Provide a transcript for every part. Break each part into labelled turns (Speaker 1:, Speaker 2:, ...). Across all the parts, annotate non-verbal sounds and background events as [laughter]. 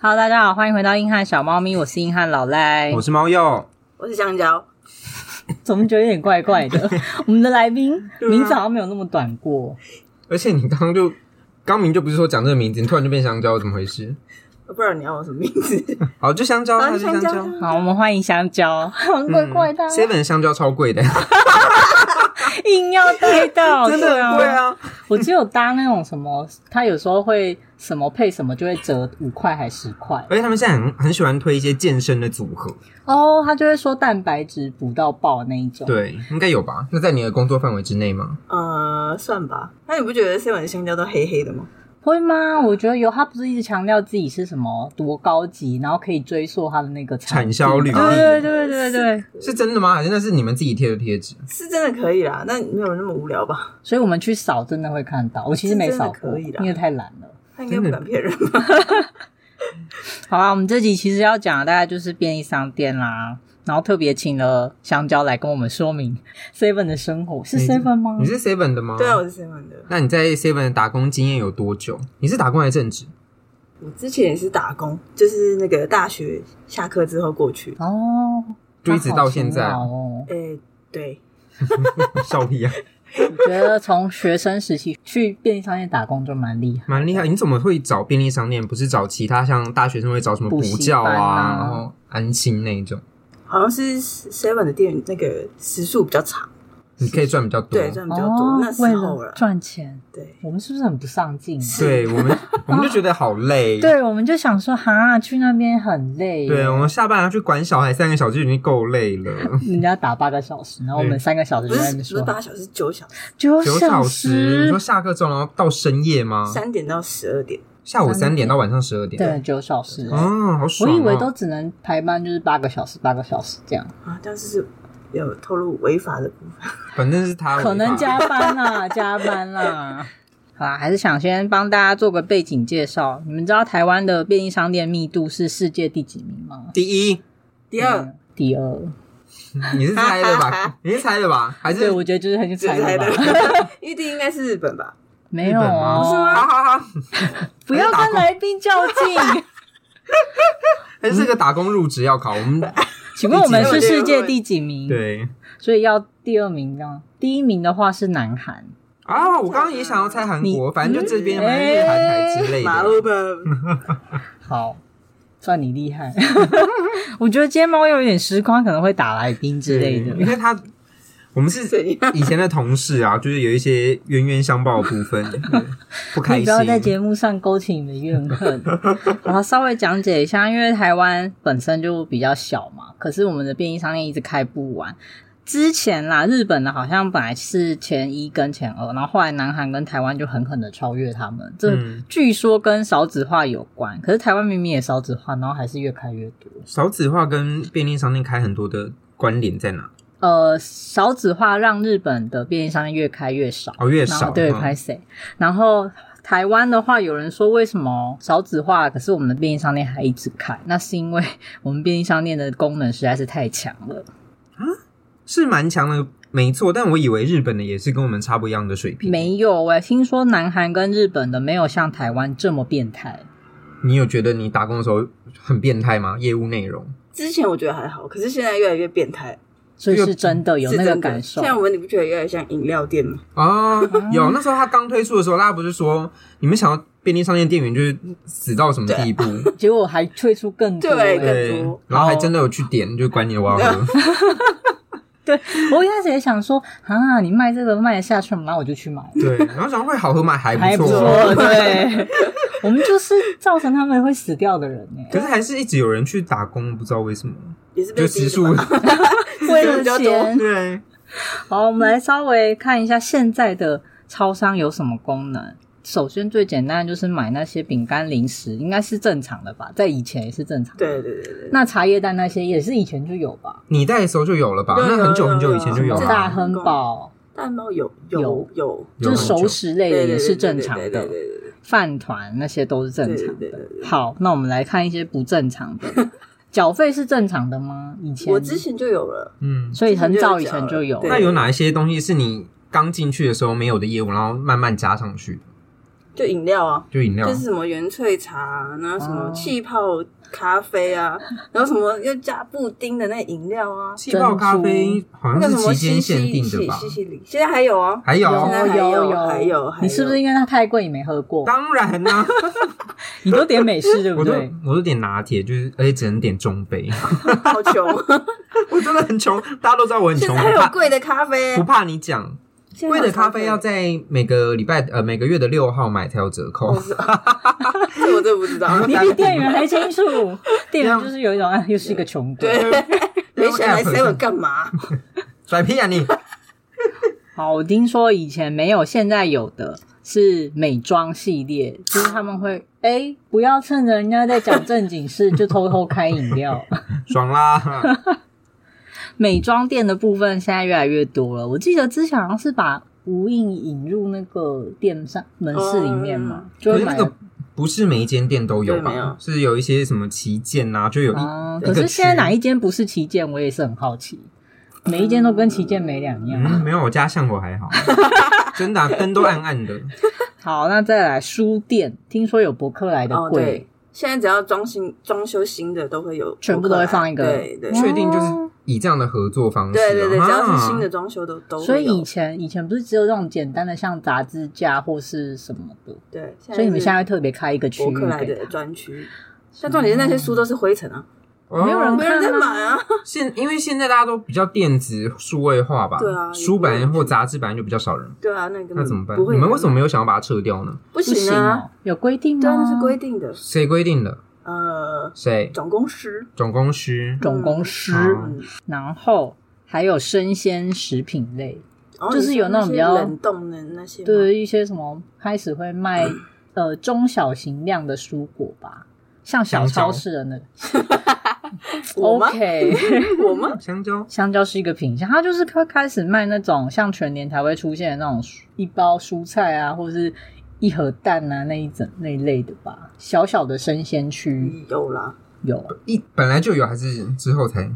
Speaker 1: Hello，大家好，欢迎回到硬汉小猫咪，我是硬汉老赖
Speaker 2: 我。是猫鼬，
Speaker 3: 我是香蕉，
Speaker 1: 怎么觉得有点怪怪
Speaker 2: [laughs]
Speaker 1: 的？我们的来宾
Speaker 2: 啊
Speaker 1: 名字好像没有那么短过，
Speaker 2: 而且你刚刚就刚明就不是说讲这个名字，你突然就变香蕉，怎么回事？
Speaker 3: 不然你要我什么名字？
Speaker 2: 好，就
Speaker 1: 哦
Speaker 2: 香
Speaker 3: [laughs]
Speaker 1: 啊
Speaker 2: 蕉，它啊是香
Speaker 3: 香蕉
Speaker 2: 蕉，
Speaker 1: 好，我们欢迎香蕉，
Speaker 2: 嗯
Speaker 1: 怪怪的啊，
Speaker 2: seven 香蕉超贵的，
Speaker 1: 硬要带到，
Speaker 2: [laughs] 真的很贵
Speaker 1: 对。
Speaker 2: 啊！
Speaker 1: 我只有搭那种什么，他有时候会什么配什么就会折五块还十块
Speaker 2: 而且他们现在很很喜欢推一些健身的组合，
Speaker 1: 哦，他就会说蛋白质补到爆那一种。，
Speaker 2: 对，应该有吧？那在你的工作范围之内吗？
Speaker 3: 呃，算吧。那你不觉得 seven 的香蕉都黑黑的吗？
Speaker 1: 会吗？我觉得有，他不是一直强调自己是什么多高级，然后可以追溯他的那个
Speaker 2: 产
Speaker 1: 品
Speaker 2: 销履历
Speaker 1: 对对对对对。
Speaker 2: 是真的吗？还是那是你们自己贴的贴纸？
Speaker 3: 是真的可以啦，那没有那么无聊吧？
Speaker 1: 所以我们去扫真的会看到。我其实没扫
Speaker 3: 是哦真
Speaker 1: 过，
Speaker 3: 的可以啦
Speaker 1: 因为太懒了。
Speaker 3: 他应该不敢骗人吧？
Speaker 1: 好啊，我们这集其实要讲的大概就是便利商店啦，然后特别请了香蕉来跟我们说明 Seven 的生活是
Speaker 2: 你
Speaker 1: Seven 吗
Speaker 2: 你？是 seven 的吗？
Speaker 1: 哦
Speaker 3: [laughs] 对啊，我是 seven 的。
Speaker 2: 那你在 seven 的打工经验有多久？你是打工还是正职？
Speaker 3: 我之前也是打工，就是那个大学下课之后过去。。
Speaker 1: 哦，
Speaker 2: 就一直到现在
Speaker 1: 他好勤劳哦
Speaker 3: 诶、对，
Speaker 2: [laughs] 笑屁啊，
Speaker 1: 我觉得从学生时期去便利商店打工就蛮厉害。
Speaker 2: 蛮厉害！你怎么会找便利商店？不是找其他像大学生会找什么补教
Speaker 1: 补习班
Speaker 2: 啊，
Speaker 1: 啊
Speaker 2: 然后安亲那一种？
Speaker 3: 好像是 seven 的店那个时数比较长，
Speaker 2: 你可以赚比较多。
Speaker 3: 对，赚比较多。
Speaker 1: 哦
Speaker 3: 那，时
Speaker 1: 为
Speaker 3: 候啊
Speaker 1: 了
Speaker 3: 了，
Speaker 1: 赚钱，
Speaker 3: 对，
Speaker 1: 我们是不是很不上进啊？
Speaker 2: 对我们，我们就觉得好
Speaker 1: [laughs]
Speaker 2: 累。
Speaker 1: 对，我们就想说，哈，去那边很累耶。。
Speaker 2: 对，我们下班还要去管小孩三个小时就已经够累了
Speaker 1: 人家打八个小时，然后我们
Speaker 2: 对
Speaker 1: 三个小时
Speaker 3: 不
Speaker 1: 就在
Speaker 3: 是
Speaker 1: 那
Speaker 3: 不
Speaker 1: 边
Speaker 3: 是
Speaker 1: 说
Speaker 3: 八小时，是九小时，
Speaker 1: 九
Speaker 2: 九小时，你说下课之后然后到深夜
Speaker 1: 哦
Speaker 2: 吗？
Speaker 3: 三点到十二点。
Speaker 2: 下午三点到晚上十二点。
Speaker 1: 对，九小时。
Speaker 2: 哦，好
Speaker 1: 我
Speaker 2: 爽、哦！
Speaker 1: 以为都只能排班，就是八个小时，八个小时这样，
Speaker 3: 啊，但是是有透露违法的部分。
Speaker 2: 反正是他
Speaker 1: 可能
Speaker 2: 加
Speaker 1: 加班
Speaker 2: [laughs]
Speaker 1: 啦，加班啦。好啦，还是想先帮大家做个背景介绍。你们知道台湾的便利商店密度是世界第几名吗？
Speaker 2: 第一，
Speaker 3: 第二，
Speaker 1: 嗯第二。
Speaker 2: 你是猜
Speaker 1: [laughs]
Speaker 2: 的吧？你是猜的吧？还
Speaker 1: 对，
Speaker 2: 是
Speaker 1: 我觉得就是很
Speaker 3: 这
Speaker 1: 猜
Speaker 3: 才
Speaker 1: 的
Speaker 3: 的
Speaker 1: 吧。， [laughs]
Speaker 3: 玉帝应该是日本吧？
Speaker 1: 没有
Speaker 2: 日本吗
Speaker 1: 哦，
Speaker 2: 不是好好好，
Speaker 1: 不要
Speaker 2: 还是打
Speaker 1: 跟
Speaker 2: 工
Speaker 1: 来宾较
Speaker 2: [laughs]
Speaker 1: 劲。
Speaker 2: 还是这个打工入职要考我们。
Speaker 1: 请问我们是世界第几名？，
Speaker 2: 对
Speaker 1: 所以要第二名这样。第一名的话是南韩，
Speaker 2: 啊，我刚刚也想要猜韩国，
Speaker 1: 你
Speaker 2: 反正就这边
Speaker 1: 嗯哎
Speaker 2: 反正日韩台之类
Speaker 3: 马
Speaker 2: 的。
Speaker 3: 欧本，
Speaker 1: 好，算你厉害。 [laughs] 我觉得今天猫又有点失光，可能会打来宾之类的
Speaker 2: 对。因为他我们是
Speaker 3: 怎样？
Speaker 2: 以前的同事啊，就是有一些冤冤相报的
Speaker 1: [laughs]
Speaker 2: 部分，对不开
Speaker 1: 你
Speaker 2: 心。
Speaker 1: 不要在节目上勾起你的怨 [laughs] 恨。我要稍微讲解一下，因为台湾本身就比较小嘛，可是我们的便利商店一直开不完。之前啦，日本的好像本来是前一跟前二，然后后来南韩跟台湾就狠狠的超越他们。这
Speaker 2: 嗯
Speaker 1: 据说跟少子化有关，可是台湾明明也少子化，然后还是越开越多。
Speaker 2: 少子化跟便利商店开很多的关联在哪？
Speaker 1: 呃，少子化让日本的便利商店越开越少，
Speaker 2: 哦，越
Speaker 1: 然后
Speaker 2: 少
Speaker 1: 对，
Speaker 2: 嗯
Speaker 1: 拍谁？然后台湾的话，有人说为什么少子化，可是我们的便利商店还一直开？那是因为我们便利商店的功能实在是太强了。
Speaker 2: 是蛮强的，没错。但我以为日本的也是跟我们差不一样的水平。，
Speaker 1: 没有哎、听说南韩跟日本的没有像台湾这么变态。
Speaker 2: 你有觉得你打工的时候很变态吗？业务内容
Speaker 3: 之前我觉得还好，可是现在越来越变态，
Speaker 1: 所以是真的有
Speaker 3: 是
Speaker 1: 那个
Speaker 3: 真的
Speaker 1: 感受
Speaker 3: 现，在我们你不觉得越来越像饮料店吗？
Speaker 2: 啊，有那时候他刚推出的时候，大家不是说你们想要便利商店店员就是死到什么地步？
Speaker 1: 结果还退出更多、
Speaker 3: 对
Speaker 1: 欸。
Speaker 2: 对
Speaker 3: 更多，
Speaker 2: 然后还真的有去点，就管你的娃
Speaker 3: 哦
Speaker 2: [laughs] 娃。
Speaker 1: 对，我一开始也想说啊，你卖这个卖得下去吗？然后我就去买了，
Speaker 2: 对，然后想会好喝吗？还
Speaker 1: 还
Speaker 2: 不
Speaker 1: 不
Speaker 2: 错
Speaker 1: 错。
Speaker 2: 哦。
Speaker 1: 对， [laughs] 我们就是造成他们会死掉的人哎、
Speaker 2: 可是还是一直有人去打工，不知道为什么，
Speaker 3: 也是被
Speaker 2: 就
Speaker 3: 逼
Speaker 2: 时
Speaker 3: 的
Speaker 2: 数
Speaker 3: 吧
Speaker 1: [laughs] 为
Speaker 3: 比
Speaker 1: 了
Speaker 3: 较多
Speaker 1: 钱，
Speaker 2: [laughs] 对，
Speaker 1: 好，我们来稍微看一下现在的超商有什么功能。首先最简单的就是买那些饼干、零食，应该是正常的吧？在以前也是正常的。
Speaker 3: 对对对对，
Speaker 1: 那茶叶蛋那些也是以前就有吧？
Speaker 2: 你带的时候就有了吧？
Speaker 3: 有
Speaker 2: 那
Speaker 3: 有
Speaker 2: 很久
Speaker 3: 有
Speaker 2: 很久以
Speaker 3: 有
Speaker 2: 前就有
Speaker 3: 有啊
Speaker 1: 大
Speaker 2: 了。
Speaker 1: 亨堡
Speaker 3: 蛋包有有
Speaker 1: 有
Speaker 3: 有，啊嗯
Speaker 2: 有
Speaker 1: 就
Speaker 2: 很
Speaker 1: 是
Speaker 2: 久
Speaker 1: 熟食类的
Speaker 3: 对对
Speaker 1: 也
Speaker 3: 对
Speaker 1: 是正常
Speaker 3: 对对
Speaker 1: 的
Speaker 3: 对，对对
Speaker 1: 饭团那些都是正常
Speaker 3: 啊对对
Speaker 1: 的
Speaker 3: 对对。对
Speaker 1: 好，那我们来看一些不正常
Speaker 3: [laughs]
Speaker 1: 的。缴费是正常的吗？以前
Speaker 3: 我之前就有了，
Speaker 2: 嗯，
Speaker 1: 所以很早以前就有。
Speaker 3: 对
Speaker 2: 那有哪一些东西是你刚进去的时候没有的业务，然后慢慢加上去的？
Speaker 3: 就饮料啊，
Speaker 2: 就饮料
Speaker 3: 就是什么原萃茶、啊，然后什么
Speaker 1: 哦
Speaker 3: 气泡咖啡啊，然后什么又加布丁的那饮料啊，
Speaker 2: 气泡咖啡好像
Speaker 3: 那个
Speaker 2: 是
Speaker 3: 什么
Speaker 2: 期
Speaker 3: 西
Speaker 2: 间
Speaker 3: 西
Speaker 2: 限定
Speaker 3: 西
Speaker 2: 的吧？
Speaker 3: 西西里，现在还有啊，
Speaker 2: 还有，
Speaker 3: 现在还有
Speaker 1: 有
Speaker 3: 还有还
Speaker 1: 你是不是
Speaker 3: 有
Speaker 1: 因为它太贵你没喝过？
Speaker 2: 当然
Speaker 3: [laughs]
Speaker 2: 啦、
Speaker 1: 你都点美
Speaker 2: [laughs]
Speaker 1: 式对不
Speaker 2: 我都
Speaker 1: 对？
Speaker 2: 我都点拿铁，就是而且只能点中
Speaker 3: [laughs]
Speaker 2: 杯，
Speaker 3: 好穷？
Speaker 2: 我真的很穷，大家都知道我很
Speaker 3: 现
Speaker 2: 穷，
Speaker 3: 在
Speaker 2: 不
Speaker 3: 还有
Speaker 2: 怕
Speaker 3: 贵的咖啡
Speaker 2: 不，怕你讲，
Speaker 3: 现在
Speaker 2: 贵
Speaker 3: 还有
Speaker 2: 的咖啡要在每个礼拜呃每个月的六号买才有折扣，
Speaker 3: 哦啊
Speaker 2: [laughs]
Speaker 3: 这我真的不知道，
Speaker 1: 你比店员还清楚，店员就是有一种啊，又是一个穷鬼。
Speaker 3: 对， [laughs] 没钱来
Speaker 2: App 上
Speaker 3: seven 干嘛？
Speaker 2: 甩屁啊你！
Speaker 1: 好，我听说以前没有，现在有的是美妆系列，就是他们
Speaker 2: [laughs]
Speaker 1: 会哎、不要趁着人家在讲正经事就偷偷开饮
Speaker 2: [laughs]
Speaker 1: 料。
Speaker 2: 爽
Speaker 3: [laughs]
Speaker 2: 啦！
Speaker 1: 美妆店的部分现在越来越多了，我记得之前好像是把无印引入那个店上门市里面嘛，就
Speaker 2: 嗯可
Speaker 1: 会
Speaker 2: 是那
Speaker 1: 买
Speaker 2: 个不是每一间店都有
Speaker 3: 对没有
Speaker 2: 吧？是有一些什么旗舰啊，就有一、
Speaker 1: 哦，
Speaker 2: [laughs] 一
Speaker 1: 可
Speaker 2: 个
Speaker 1: 是现在
Speaker 2: 区
Speaker 1: 哪一间不是旗舰？我也是很好奇，每一间都跟旗舰没两样。
Speaker 2: 嗯没有，我家巷口还
Speaker 3: [laughs]
Speaker 2: 好，真的啊灯、都暗暗的。
Speaker 1: 好，那再来书店，听说有博客来的
Speaker 3: 哦，
Speaker 1: 柜，
Speaker 3: 对，现在只要装新装修新的都会有，
Speaker 1: 全部都会放一个
Speaker 3: 对对
Speaker 1: 嗯
Speaker 2: 确定就是以这样的合作方式、啊，
Speaker 3: 哦对对对，只要是
Speaker 2: 啊
Speaker 3: 新的装修都哦都
Speaker 1: 所
Speaker 3: 会
Speaker 1: 以以
Speaker 3: 有。
Speaker 1: 前以前不是只有这种简单的像杂志架或是什么的，
Speaker 3: 对，
Speaker 1: 所以你们现
Speaker 3: 在
Speaker 1: 在会特别开一个嗯
Speaker 3: 是
Speaker 1: 区
Speaker 3: 博
Speaker 1: 域
Speaker 3: 客来
Speaker 1: 给
Speaker 3: 的专区，但重点是那些书都是灰尘啊，
Speaker 2: 哦
Speaker 1: 没有人
Speaker 3: 没有人在买啊。 [laughs]
Speaker 2: 现因为现在大家都比较电子数位化吧，
Speaker 3: 对啊
Speaker 2: 书版或杂志版就比较少人，
Speaker 3: 对啊，那个
Speaker 2: 那怎么办？
Speaker 3: 不会，
Speaker 2: 你们为什么没有想要把它撤掉呢？
Speaker 3: 不
Speaker 1: 不行
Speaker 3: 行啊？
Speaker 1: 哦，嗯有规定吗？
Speaker 3: 对啊，那是规定的。
Speaker 2: 谁规定的？
Speaker 3: 呃，
Speaker 2: 谁？
Speaker 3: 总公司
Speaker 2: 总公
Speaker 3: 啊
Speaker 2: 司？
Speaker 1: 总公司，
Speaker 2: 嗯
Speaker 1: 然后还有生鲜食品类，
Speaker 3: 哦
Speaker 1: 就是有那种比较
Speaker 3: 你说些冷冻的那些吗，
Speaker 1: 对于一些什么开始会卖、呃中小型量的蔬果吧，像小
Speaker 2: 香蕉
Speaker 1: 超市的那个。
Speaker 3: 我
Speaker 1: [laughs]
Speaker 3: 吗
Speaker 1: OK，
Speaker 3: 我吗？
Speaker 2: 哦香蕉？
Speaker 1: 香蕉是一个品相，它就是会开始卖那种像全年才会出现的那种蔬一包蔬菜啊，或者是一盒蛋啊那一整那一类的吧。小小的生鲜区
Speaker 3: 有啦，
Speaker 1: 有，
Speaker 2: 一本来就有，还是之后才？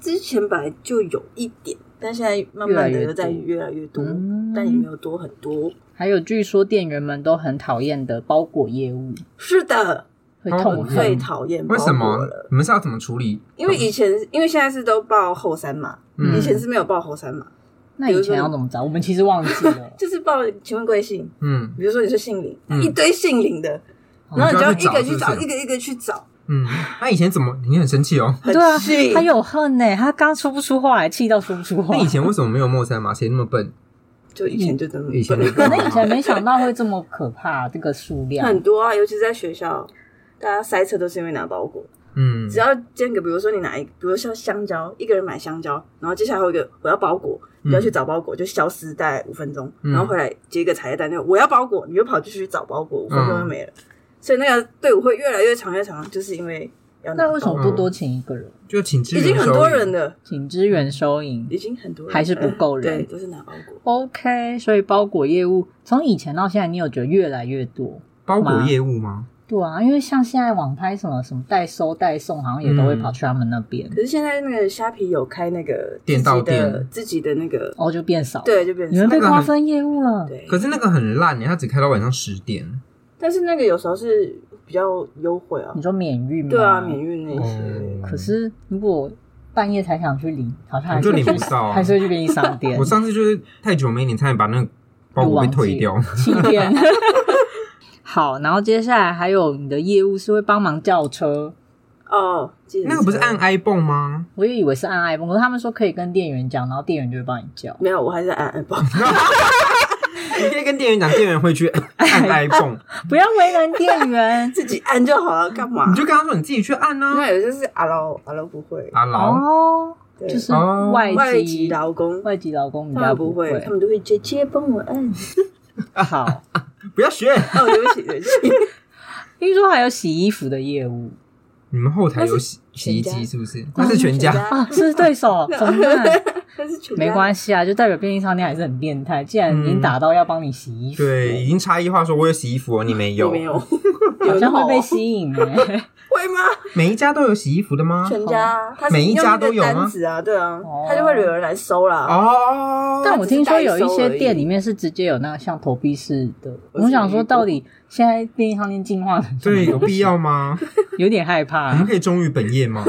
Speaker 3: 之前本来就有一点，但现在慢
Speaker 1: 越来
Speaker 3: 慢
Speaker 1: 越
Speaker 3: 的
Speaker 1: 多
Speaker 3: 又在越来越多，
Speaker 1: 嗯
Speaker 3: 但也没有多很多。
Speaker 1: 还有据说店员们都很讨厌的包裹业务，
Speaker 3: 是的，
Speaker 1: 会
Speaker 2: 包
Speaker 1: 痛
Speaker 2: 裹
Speaker 3: 我
Speaker 1: 恨。
Speaker 3: 最讨厌
Speaker 2: 为
Speaker 3: 包
Speaker 2: 什
Speaker 3: 裹
Speaker 2: 么
Speaker 3: 了？，
Speaker 2: 你们是要怎么处理？
Speaker 3: 因为以前，因为现在是都报后三嘛，
Speaker 2: 嗯
Speaker 3: 以前是没有报后三嘛，，
Speaker 1: 那以前要怎么找？我们其实忘记了
Speaker 3: [laughs] 就是报请问贵姓，
Speaker 2: 嗯
Speaker 3: 比如说你是姓林，
Speaker 2: 嗯
Speaker 3: 一堆姓林的，
Speaker 1: 哦
Speaker 3: 然后你就要
Speaker 2: 你就
Speaker 3: 一
Speaker 2: 要
Speaker 3: 个
Speaker 2: 去
Speaker 3: 去
Speaker 2: 找
Speaker 3: 找，
Speaker 2: 是不是
Speaker 3: 一个一个去找，
Speaker 2: 嗯，那以前怎么？你很生气哦。
Speaker 3: 很
Speaker 1: [laughs] 对啊
Speaker 3: 气，
Speaker 1: 他有恨呢、他刚说不出话来，气到说不出话
Speaker 2: 那。以前为什么没有莫三码？谁那么笨？
Speaker 3: 就以前就这么
Speaker 2: 以前
Speaker 3: [laughs] 笨
Speaker 1: 可能以前没想到会这么可怕，这个数量
Speaker 3: 很多啊，尤其是在学校，大家塞车都是因为拿包裹。
Speaker 2: 嗯，
Speaker 3: 只要间隔，比如说你拿一，比如像香蕉，一个人买香蕉，然后接下来还有一个我要包裹，你要去找包裹，就消失大概五分钟，
Speaker 2: 嗯
Speaker 3: 然后回来接一个茶叶蛋，就我要包裹，你就跑继续找包裹，五分钟
Speaker 2: 嗯
Speaker 3: 就没了。所以那个队伍会越来越长越长，就是因为要拿
Speaker 1: 那为什
Speaker 3: 包
Speaker 1: 么不多请一个人，
Speaker 2: 就请支
Speaker 3: 裹已
Speaker 2: 援
Speaker 3: 经很
Speaker 2: 收
Speaker 3: 多
Speaker 2: 银
Speaker 3: 人了，
Speaker 1: 请支援收银？
Speaker 3: 已经很多人嗯
Speaker 1: 还是不够人
Speaker 3: 对，都是拿包裹。
Speaker 1: OK，所以包裹业务从以前到现在，你有觉得越来越多？
Speaker 2: 包裹业务吗？
Speaker 1: 对啊，因为像现在网拍什么什么代收代送，好像也都会
Speaker 2: 嗯
Speaker 1: 跑去他们那边，
Speaker 3: 可是现在那个虾皮有开那个自
Speaker 2: 电
Speaker 3: 己
Speaker 2: 到
Speaker 3: 的
Speaker 2: 店
Speaker 3: 自己的那个，
Speaker 1: 哦，就变少。，
Speaker 3: 对，就变
Speaker 1: 你们
Speaker 3: 成
Speaker 1: 被
Speaker 2: 那个
Speaker 1: 瓜
Speaker 2: 很
Speaker 1: 分业务了。
Speaker 3: 对。
Speaker 2: 可是那个很烂耶，它只开到晚上十点。
Speaker 3: 但是那个有时候是比较优惠啊
Speaker 1: 你，说免运吗？
Speaker 3: 对啊，免。运那些。
Speaker 2: 嗯哦
Speaker 1: 可是如果半夜才想去领，好像还
Speaker 2: 我
Speaker 1: 是
Speaker 2: 就
Speaker 1: 会
Speaker 2: 领
Speaker 1: 去
Speaker 2: 不到啊
Speaker 1: 还是会去便利
Speaker 2: [laughs]
Speaker 1: 商店
Speaker 2: 我。上次就是太久没领，差点把那个包裹被退掉。
Speaker 1: 七天。 [laughs] 好，然后接下来还有你的业务是会帮忙叫车，
Speaker 3: 哦，计程车
Speaker 2: 那个不是按 iPhone 吗？
Speaker 1: 我也以为是按 iPhone，可是他们说可以跟店员讲，然后店员就会帮你叫。 [laughs]
Speaker 3: 没有，我还是按 [laughs] a p。
Speaker 2: 你可以跟店员讲，店员会去按 iPhone，
Speaker 1: 不要为难店员
Speaker 3: 自己按就好了，干嘛
Speaker 2: 你？就跟他说你自己去按啊。
Speaker 3: 那有些是阿劳阿劳不会，
Speaker 2: 啊，老
Speaker 1: 哦，
Speaker 3: 对
Speaker 1: 就是
Speaker 2: 哦
Speaker 1: 外籍、
Speaker 3: 外籍劳工，
Speaker 1: 外籍劳工比
Speaker 3: 他
Speaker 1: 较
Speaker 3: 们不
Speaker 1: 会
Speaker 3: 会，。 [laughs] 他们都会直接帮我按。
Speaker 1: 好，
Speaker 2: 不要学。
Speaker 3: 哦，对不起，对不起，
Speaker 1: 听说还有洗衣服的业务
Speaker 2: 你们后台有洗洗
Speaker 3: 全
Speaker 2: 衣
Speaker 3: 家
Speaker 2: 机是不是？那是全家。
Speaker 1: 啊，是对手，怎么办？
Speaker 3: 但是全家
Speaker 1: 没关系啊，就代表便利商店还是很变态，既然已经打到要帮你洗衣服，
Speaker 2: 对，已经差异化说我有洗衣服哦，你没有，
Speaker 3: 我没有，
Speaker 1: 好像会被
Speaker 3: 有
Speaker 1: 吸引哎。
Speaker 3: 会吗？
Speaker 2: 每一家都有洗衣服的吗？
Speaker 3: 全家，他
Speaker 2: 哦每一家都有吗
Speaker 3: 单子啊，对啊
Speaker 1: 哦，
Speaker 3: 他就会有人来收啦。
Speaker 2: 哦，
Speaker 1: [laughs] 但我听说有一些店里面是直接有那个像投币式的，我想说到底现在便利商店进化成
Speaker 2: 对，有必要吗？
Speaker 1: 有点害怕啊
Speaker 2: 我们。可以忠于本业吗？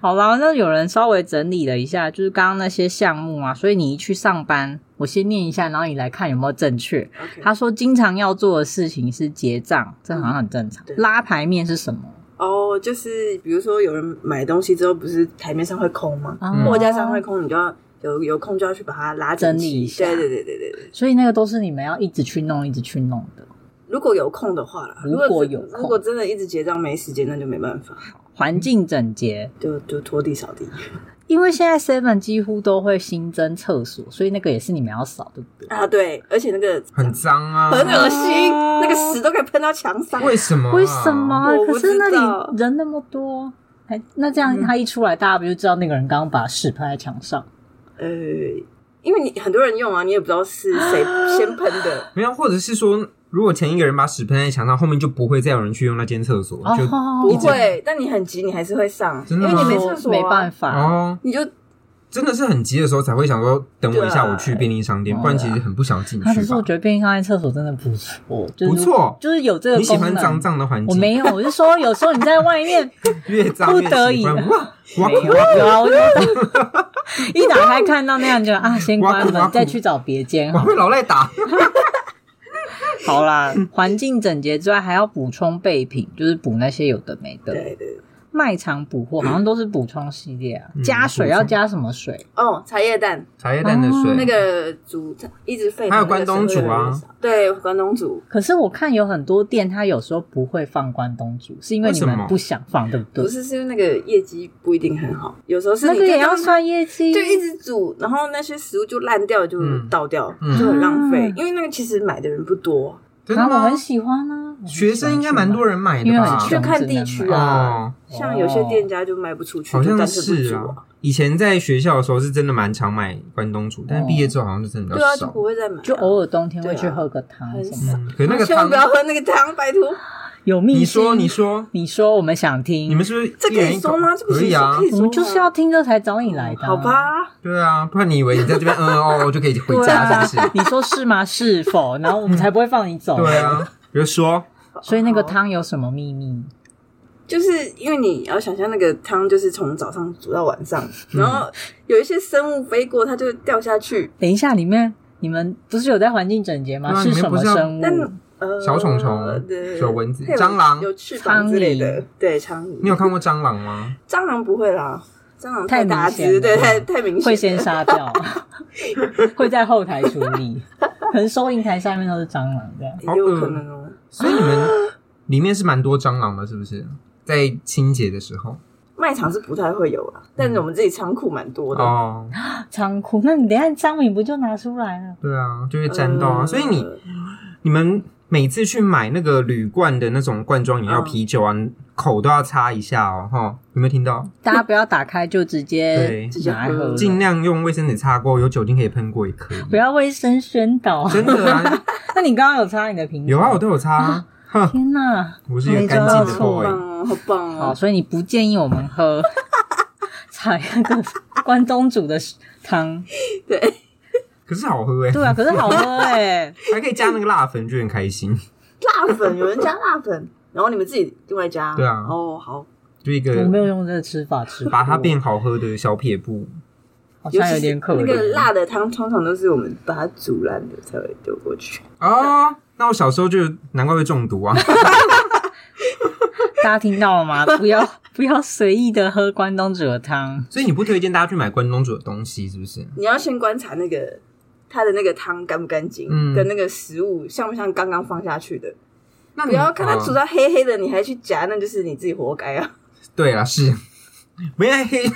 Speaker 1: 好啦，那有人稍微整理了一下，就是刚刚那些项目啊，所以你一去上班，我先念一下，然后你来看有没有正确。
Speaker 3: OK
Speaker 1: 他说经常要做的事情是结账，这好像很正常
Speaker 3: 嗯。对
Speaker 1: 拉牌面是什么？
Speaker 3: 哦，就是比如说有人买东西之后，不是台面上会空吗？
Speaker 1: 啊
Speaker 3: 哦货架上会空，你就要有有空就要去把它拉整
Speaker 1: 整
Speaker 3: 齐
Speaker 1: 理一下
Speaker 3: 对对对对对对，
Speaker 1: 嗯所以那个都是你们要一直去弄，一直去弄的。
Speaker 3: 如果有空的话啦，
Speaker 1: 如
Speaker 3: 如
Speaker 1: 果
Speaker 3: 果
Speaker 1: 有空
Speaker 3: 如果真的一直结账没时间，那就没办法，
Speaker 1: 环境整洁，
Speaker 3: 就就拖地扫地
Speaker 1: 因为现在 Seven 几乎都会新增厕所，所以那个也是你们要扫，对不对？
Speaker 3: 啊。对，而且那个
Speaker 2: 很脏啊，
Speaker 3: 很恶心，
Speaker 1: 啊
Speaker 3: 那个屎都可以喷到墙上。
Speaker 2: 为什么啊？
Speaker 1: 为什么啊？
Speaker 3: 我不
Speaker 1: 可是那
Speaker 3: 知道嗯
Speaker 1: 里人那么多，还那这样他一出来，大家不就知道那个人刚刚把屎喷在墙上？
Speaker 3: 呃，因为你很多人用啊，你也不知道是
Speaker 1: [gasps]
Speaker 3: 谁先喷的。
Speaker 2: 没有，或者是说，如果前一个人把屎喷在墙上，后面就不会再有人去用那间厕所，就
Speaker 3: 不
Speaker 1: 不
Speaker 3: 会，但你很急，你还是会上，
Speaker 2: 真的
Speaker 3: 因为
Speaker 2: 吗
Speaker 3: 你没厕
Speaker 1: 哦嗯
Speaker 3: 所、啊，
Speaker 1: 没办法。
Speaker 2: 哦，
Speaker 3: 你就
Speaker 2: 真的是很急的时候才会想说，等我一下，
Speaker 3: 对
Speaker 2: 我去便利商店，不然其实很不想进
Speaker 1: 啊可
Speaker 2: 去
Speaker 1: 是我
Speaker 2: 吧。
Speaker 1: 觉得便利商店厕所真的不错，就是
Speaker 2: 不错，
Speaker 1: 就是有这个
Speaker 2: 你喜
Speaker 1: 功
Speaker 2: 欢
Speaker 1: 能。
Speaker 2: 脏脏的环
Speaker 1: 我
Speaker 2: 境，啊
Speaker 1: 没有，我是说有时候你在外面 [laughs]
Speaker 2: 越脏
Speaker 1: 不
Speaker 2: 越
Speaker 1: 得
Speaker 2: 喜
Speaker 1: 已
Speaker 2: 欢。
Speaker 1: 啊
Speaker 2: 哇哇
Speaker 1: 没有有啊，我就一打开看到那样就啊，先
Speaker 2: 哇
Speaker 1: 关
Speaker 2: 哇
Speaker 1: 门，再去找别
Speaker 2: [laughs]
Speaker 1: 间
Speaker 2: 哇，
Speaker 1: 好了
Speaker 2: 被老赖打，
Speaker 1: 好啦，环境整洁之外，还要补充备品，就是补那些有的没的。
Speaker 3: 对对
Speaker 1: 卖场补货好像都是补充系列啊，
Speaker 2: 嗯
Speaker 1: 加水
Speaker 2: 补充
Speaker 1: 要加什么水？
Speaker 3: 哦，茶叶蛋
Speaker 2: 茶叶蛋的
Speaker 1: 哦
Speaker 2: 水，
Speaker 3: 那个煮一直沸腾，
Speaker 2: 还有关东煮啊
Speaker 3: 那个水会越来越少，对，关东煮
Speaker 1: 可是我看有很多店，它有时候不会放关东煮，是因为你
Speaker 2: 为什
Speaker 1: 们
Speaker 2: 么
Speaker 1: 不想放，对不对
Speaker 3: 不？是是因为那个业绩不一定很好，有时候是
Speaker 1: 那
Speaker 3: 你
Speaker 1: 个
Speaker 3: 就
Speaker 1: 也要
Speaker 3: 让它
Speaker 1: 算业绩，
Speaker 3: 就一直煮，然后那些食物就烂掉，就
Speaker 2: 嗯
Speaker 3: 倒掉，
Speaker 2: 嗯
Speaker 3: 就很浪费
Speaker 1: 啊。
Speaker 3: 因为那个其实买的人不多，
Speaker 2: 真
Speaker 1: 然
Speaker 2: 的
Speaker 1: 后我
Speaker 2: 吗
Speaker 1: 很？喜欢呢、啊。
Speaker 2: 学生应该蛮多
Speaker 1: 人，
Speaker 2: 人买
Speaker 1: 因为
Speaker 2: 的吧
Speaker 1: 很？穷，
Speaker 3: 就看地区啊
Speaker 2: 哦，
Speaker 3: 像有些店家就卖不出去，
Speaker 2: 好
Speaker 3: 就
Speaker 2: 像
Speaker 3: 干脆不
Speaker 2: 是
Speaker 3: 煮
Speaker 2: 啊。。以前在学校的时候是真的蛮常买关东煮，但是毕业之后好像就真的比
Speaker 3: 对啊，
Speaker 2: 较
Speaker 3: 就
Speaker 2: 少。
Speaker 3: 不会再买啊，
Speaker 1: 就偶尔冬天会去
Speaker 3: 对啊
Speaker 1: 喝个汤
Speaker 3: 很
Speaker 1: 什么的。
Speaker 2: 嗯，可是那个
Speaker 3: 千万
Speaker 2: 汤
Speaker 3: 不，要喝那个汤，
Speaker 2: [laughs]
Speaker 3: 拜托，
Speaker 1: 有秘
Speaker 2: 你
Speaker 1: 辛
Speaker 2: 说你说
Speaker 1: 你说，我们想听。
Speaker 2: 你们是不是
Speaker 3: 这
Speaker 2: 一
Speaker 3: 可
Speaker 2: 人
Speaker 3: 以
Speaker 2: 一口
Speaker 3: 说吗？这不
Speaker 2: 可
Speaker 3: 行，
Speaker 2: 以啊
Speaker 3: 这可，以说
Speaker 1: 我
Speaker 3: 吗
Speaker 1: 们就是要听这才找你来的、啊
Speaker 3: 好？吧？
Speaker 2: 对啊，不然你以为你在这边嗯哦，我就可以回
Speaker 1: 对
Speaker 2: 家
Speaker 1: 啊
Speaker 2: 是不是？，
Speaker 1: 你说是吗？是否？然后我们才不会放你走。
Speaker 2: 对，啊，比如说
Speaker 1: 所以那个汤有什么秘密？
Speaker 3: 就是因为你要想象那个汤就是从早上煮到晚上，
Speaker 2: 嗯
Speaker 3: 然后有一些生物飞过，它就掉下去。
Speaker 1: 等一下，里面你们不是有在环境整洁吗？
Speaker 2: 对啊
Speaker 1: 是什么生
Speaker 3: 但
Speaker 1: 物？
Speaker 3: 呃，
Speaker 2: 小虫虫
Speaker 3: 对
Speaker 2: 小蚊子
Speaker 3: 它有
Speaker 2: 蟑螂
Speaker 3: 有翅膀之类
Speaker 1: 苍
Speaker 3: 的，对，苍蝇。
Speaker 2: 你有看过蟑螂吗？
Speaker 3: 蟑螂不会啦，蟑螂
Speaker 1: 太
Speaker 3: 大
Speaker 1: 明显了
Speaker 3: 只，对，太太明显了。
Speaker 1: 会先杀掉， [laughs] 会在后台处
Speaker 2: [laughs]
Speaker 1: 理，可能收银台下面都是蟑螂这样。
Speaker 3: 也有可能哦。
Speaker 2: 所以你们里面是蛮多蟑螂的，是不是？在清洁的时候
Speaker 3: 卖场是不太会有啦，但是我们自己仓库蛮多的。
Speaker 2: 哦，
Speaker 1: 仓库，那你等一下商品不就拿出来了？
Speaker 2: 对啊，就会沾到啊。
Speaker 3: 呃
Speaker 2: 所以你你们每次去买那个铝罐的那种罐装饮料、
Speaker 3: 嗯
Speaker 2: 啤酒啊，口都要擦一下哦，哈，有没有听到？
Speaker 1: 大家不要打开就直接
Speaker 2: 对
Speaker 1: 拿来喝，
Speaker 2: 尽量用卫生纸擦过，有酒精可以喷过也可以。
Speaker 1: 嗯不要卫生宣导。
Speaker 2: 真
Speaker 1: [laughs]
Speaker 2: 的啊，
Speaker 1: 那你刚刚有擦你的苹果？
Speaker 2: 有啊，我都有擦啊。哼，
Speaker 1: 天哪！
Speaker 2: 我是一个
Speaker 1: 没
Speaker 2: 干
Speaker 1: 抓
Speaker 2: 净
Speaker 1: 到
Speaker 2: 的
Speaker 1: 错
Speaker 2: boy。
Speaker 3: 好棒哦，好棒
Speaker 1: 好，
Speaker 3: 哦！
Speaker 1: 所以你不建议我们 [laughs] 喝采那个关东煮的汤？
Speaker 3: 对，
Speaker 2: 可是好喝哎、
Speaker 1: 对啊，可是好喝哎、
Speaker 2: 还可以加那个辣粉，就很开心。
Speaker 3: 辣粉有人加辣粉，然后你们自己另外加。
Speaker 2: 对啊
Speaker 3: 哦，好，
Speaker 2: 就一
Speaker 1: 我没有
Speaker 2: 个
Speaker 1: 用这个吃法吃过，
Speaker 2: 把它变好喝的小撇步，
Speaker 1: 好
Speaker 3: 尤其
Speaker 1: 像
Speaker 3: 是
Speaker 1: 有点可
Speaker 3: 那个
Speaker 1: 怜。
Speaker 3: 辣的汤通常都是我们把它煮烂的才会丢过去。
Speaker 2: 哦，那我小时候就难怪会中毒啊！
Speaker 1: 大家听到了 [laughs] 吗？不要不要随意的喝关东煮的汤。
Speaker 2: 所以你不推荐大家去买关东煮的东西，是不是？
Speaker 3: 你要先观察那个它的那个汤干不干净，
Speaker 2: 嗯
Speaker 3: 跟那个食物像不像刚刚放下去的。
Speaker 2: 那你
Speaker 3: 不要看它煮
Speaker 2: 哦
Speaker 3: 到黑黑的，你还去夹，那就是你自己活该啊！
Speaker 2: 对啦，是 [laughs] 没黑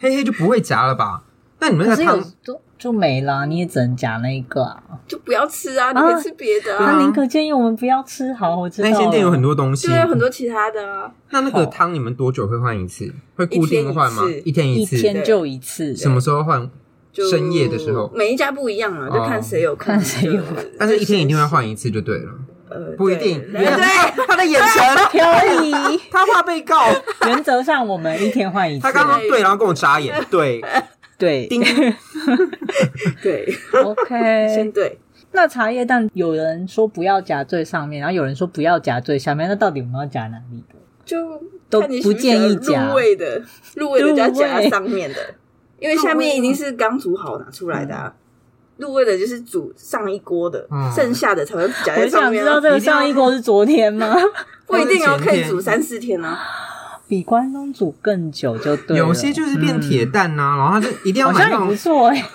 Speaker 2: 黑黑就不会夹了吧？那你们
Speaker 1: 可
Speaker 2: 那
Speaker 1: 是
Speaker 2: 个
Speaker 1: 有
Speaker 2: 汤，
Speaker 1: 就没了，你也只能夹那一个啊。
Speaker 3: 就不要吃啊，你可以吃别的
Speaker 2: 对
Speaker 1: 他
Speaker 2: 啊
Speaker 3: 啊。
Speaker 1: 宁可建议我们不要吃，好，我知道
Speaker 2: 那
Speaker 1: 了。
Speaker 2: 间店有很多东西
Speaker 3: 对，啊，有很多其他的啊，
Speaker 2: 那那个汤你们多久会换一次？会固定换吗？一
Speaker 3: 一
Speaker 2: 天
Speaker 1: 一
Speaker 2: 次，
Speaker 1: 天就一次，
Speaker 2: 什么时候换？
Speaker 3: 就
Speaker 2: 深夜的时候
Speaker 3: 每一家不一样啊，就
Speaker 2: 哦
Speaker 3: 看谁有空
Speaker 1: 看谁有空
Speaker 3: 就
Speaker 2: 但是一天一定会换一次就对了，
Speaker 3: 呃，
Speaker 2: 不一
Speaker 3: 对
Speaker 2: 定。
Speaker 3: 对，
Speaker 2: [laughs]
Speaker 3: 对
Speaker 2: 他的眼神，
Speaker 1: 可以。
Speaker 2: 他怕被告。
Speaker 1: 原则上我们一天换一次
Speaker 2: 他，刚刚对，然后跟我眨眼，对，
Speaker 1: 对
Speaker 2: 叮。
Speaker 3: 对，先
Speaker 1: ，OK。
Speaker 3: 对，
Speaker 1: 那茶叶蛋有人说不要夹最上面，然后有人说不要夹最下面，那到底我们要夹哪里的？
Speaker 3: 就
Speaker 1: 都
Speaker 3: 看你
Speaker 1: 不
Speaker 3: 喜喜
Speaker 1: 建
Speaker 3: 欢
Speaker 1: 议夹
Speaker 3: 入味的，入味的加加
Speaker 1: 入味
Speaker 3: 上面的，因为下面已经是刚煮好拿出来的啊。
Speaker 1: 嗯
Speaker 3: 入味的就是煮上一锅的，
Speaker 2: 嗯
Speaker 3: 剩下的才会夹
Speaker 2: 哎
Speaker 1: 我
Speaker 3: 在上
Speaker 1: 想知
Speaker 3: 面
Speaker 1: 道
Speaker 3: 啊。
Speaker 1: 这个上一锅是昨天吗？ [laughs]
Speaker 3: 不一定
Speaker 2: 或
Speaker 3: 哦，
Speaker 2: 是
Speaker 3: 可
Speaker 2: 前
Speaker 3: 以
Speaker 2: 天
Speaker 3: 煮三四天啊。
Speaker 1: 比关东煮更久就对了。嗯
Speaker 2: 有些就是变铁蛋呐，然后就一定要
Speaker 1: 好
Speaker 2: 买
Speaker 1: 像
Speaker 2: 那
Speaker 1: 也不
Speaker 2: 种，
Speaker 1: 错哎、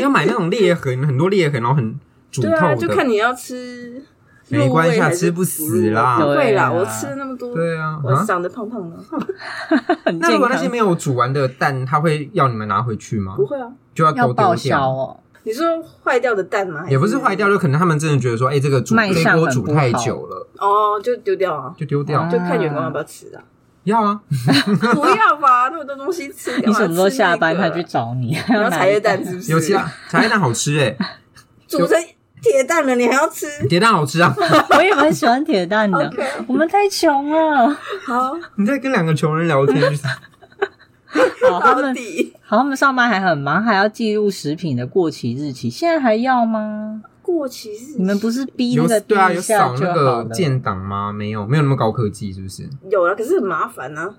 Speaker 2: 要买那种裂痕，很多裂痕，然后很煮
Speaker 3: 对
Speaker 2: 透
Speaker 3: 啊，
Speaker 2: 的。
Speaker 3: 就看你要吃入
Speaker 2: 没关系
Speaker 3: 味
Speaker 2: 啊
Speaker 3: 还是
Speaker 2: 吃不
Speaker 3: 不
Speaker 2: 死
Speaker 3: 入味
Speaker 2: 啦
Speaker 3: 不会啦，
Speaker 1: 对啊
Speaker 3: 我吃了那么多，
Speaker 2: 对啊，
Speaker 3: 我
Speaker 2: 啊
Speaker 3: 长得胖胖的，
Speaker 1: 很
Speaker 2: 那
Speaker 1: 健
Speaker 2: 如果那些
Speaker 1: 康。
Speaker 2: 没有煮完的蛋，他会要你们拿回去吗
Speaker 3: 不？会啊。
Speaker 2: 就要
Speaker 1: 要
Speaker 2: 都
Speaker 1: 报
Speaker 2: 丢
Speaker 1: 销
Speaker 2: 掉。
Speaker 1: 哦，
Speaker 3: 你说坏掉的蛋吗？还
Speaker 2: 也不是坏掉，就可能他们真的觉得说，哎，这个煮
Speaker 1: 卖
Speaker 2: 这
Speaker 1: 相
Speaker 2: 锅
Speaker 1: 很
Speaker 2: 煮
Speaker 1: 不
Speaker 2: 太
Speaker 1: 好
Speaker 2: 久了，
Speaker 3: 哦，就丢掉啊，
Speaker 2: 就丢掉
Speaker 1: 啊。
Speaker 3: 就看员工要不要吃
Speaker 2: [laughs]
Speaker 3: 啊。
Speaker 2: 要啊，
Speaker 3: 不要吧，那么多东西吃，
Speaker 1: 你什么时候下班
Speaker 3: 干嘛
Speaker 1: 他
Speaker 3: 吃
Speaker 1: 去
Speaker 3: 那个
Speaker 1: 找你？还
Speaker 3: 然
Speaker 1: 要
Speaker 3: 后
Speaker 1: 拿
Speaker 3: 茶叶蛋是不是？
Speaker 2: 有其啊他茶叶蛋好
Speaker 1: [laughs]
Speaker 2: 吃哎，
Speaker 3: 煮成铁蛋了，你还要吃
Speaker 2: 铁蛋好吃啊！
Speaker 1: 我也蛮喜欢铁蛋的。
Speaker 3: ？OK，
Speaker 1: 我们太穷了，
Speaker 3: 好，
Speaker 2: 你在跟两个穷人
Speaker 1: [laughs]
Speaker 2: 聊天，就是
Speaker 1: 好他
Speaker 3: 到
Speaker 1: 们
Speaker 3: 底
Speaker 1: 好他们上班还很忙，还要记录食品的过期日期，现在还要吗？
Speaker 3: 过期是
Speaker 1: 你们不是逼
Speaker 2: 有
Speaker 1: 那个
Speaker 2: 对啊，
Speaker 1: 逼
Speaker 2: 有
Speaker 1: 一下
Speaker 2: 扫
Speaker 1: 就
Speaker 2: 那
Speaker 1: 好
Speaker 2: 个
Speaker 1: 了，
Speaker 2: 建档吗？没有，没有那么高科技，是不是？
Speaker 3: 有了，可是很麻烦啊。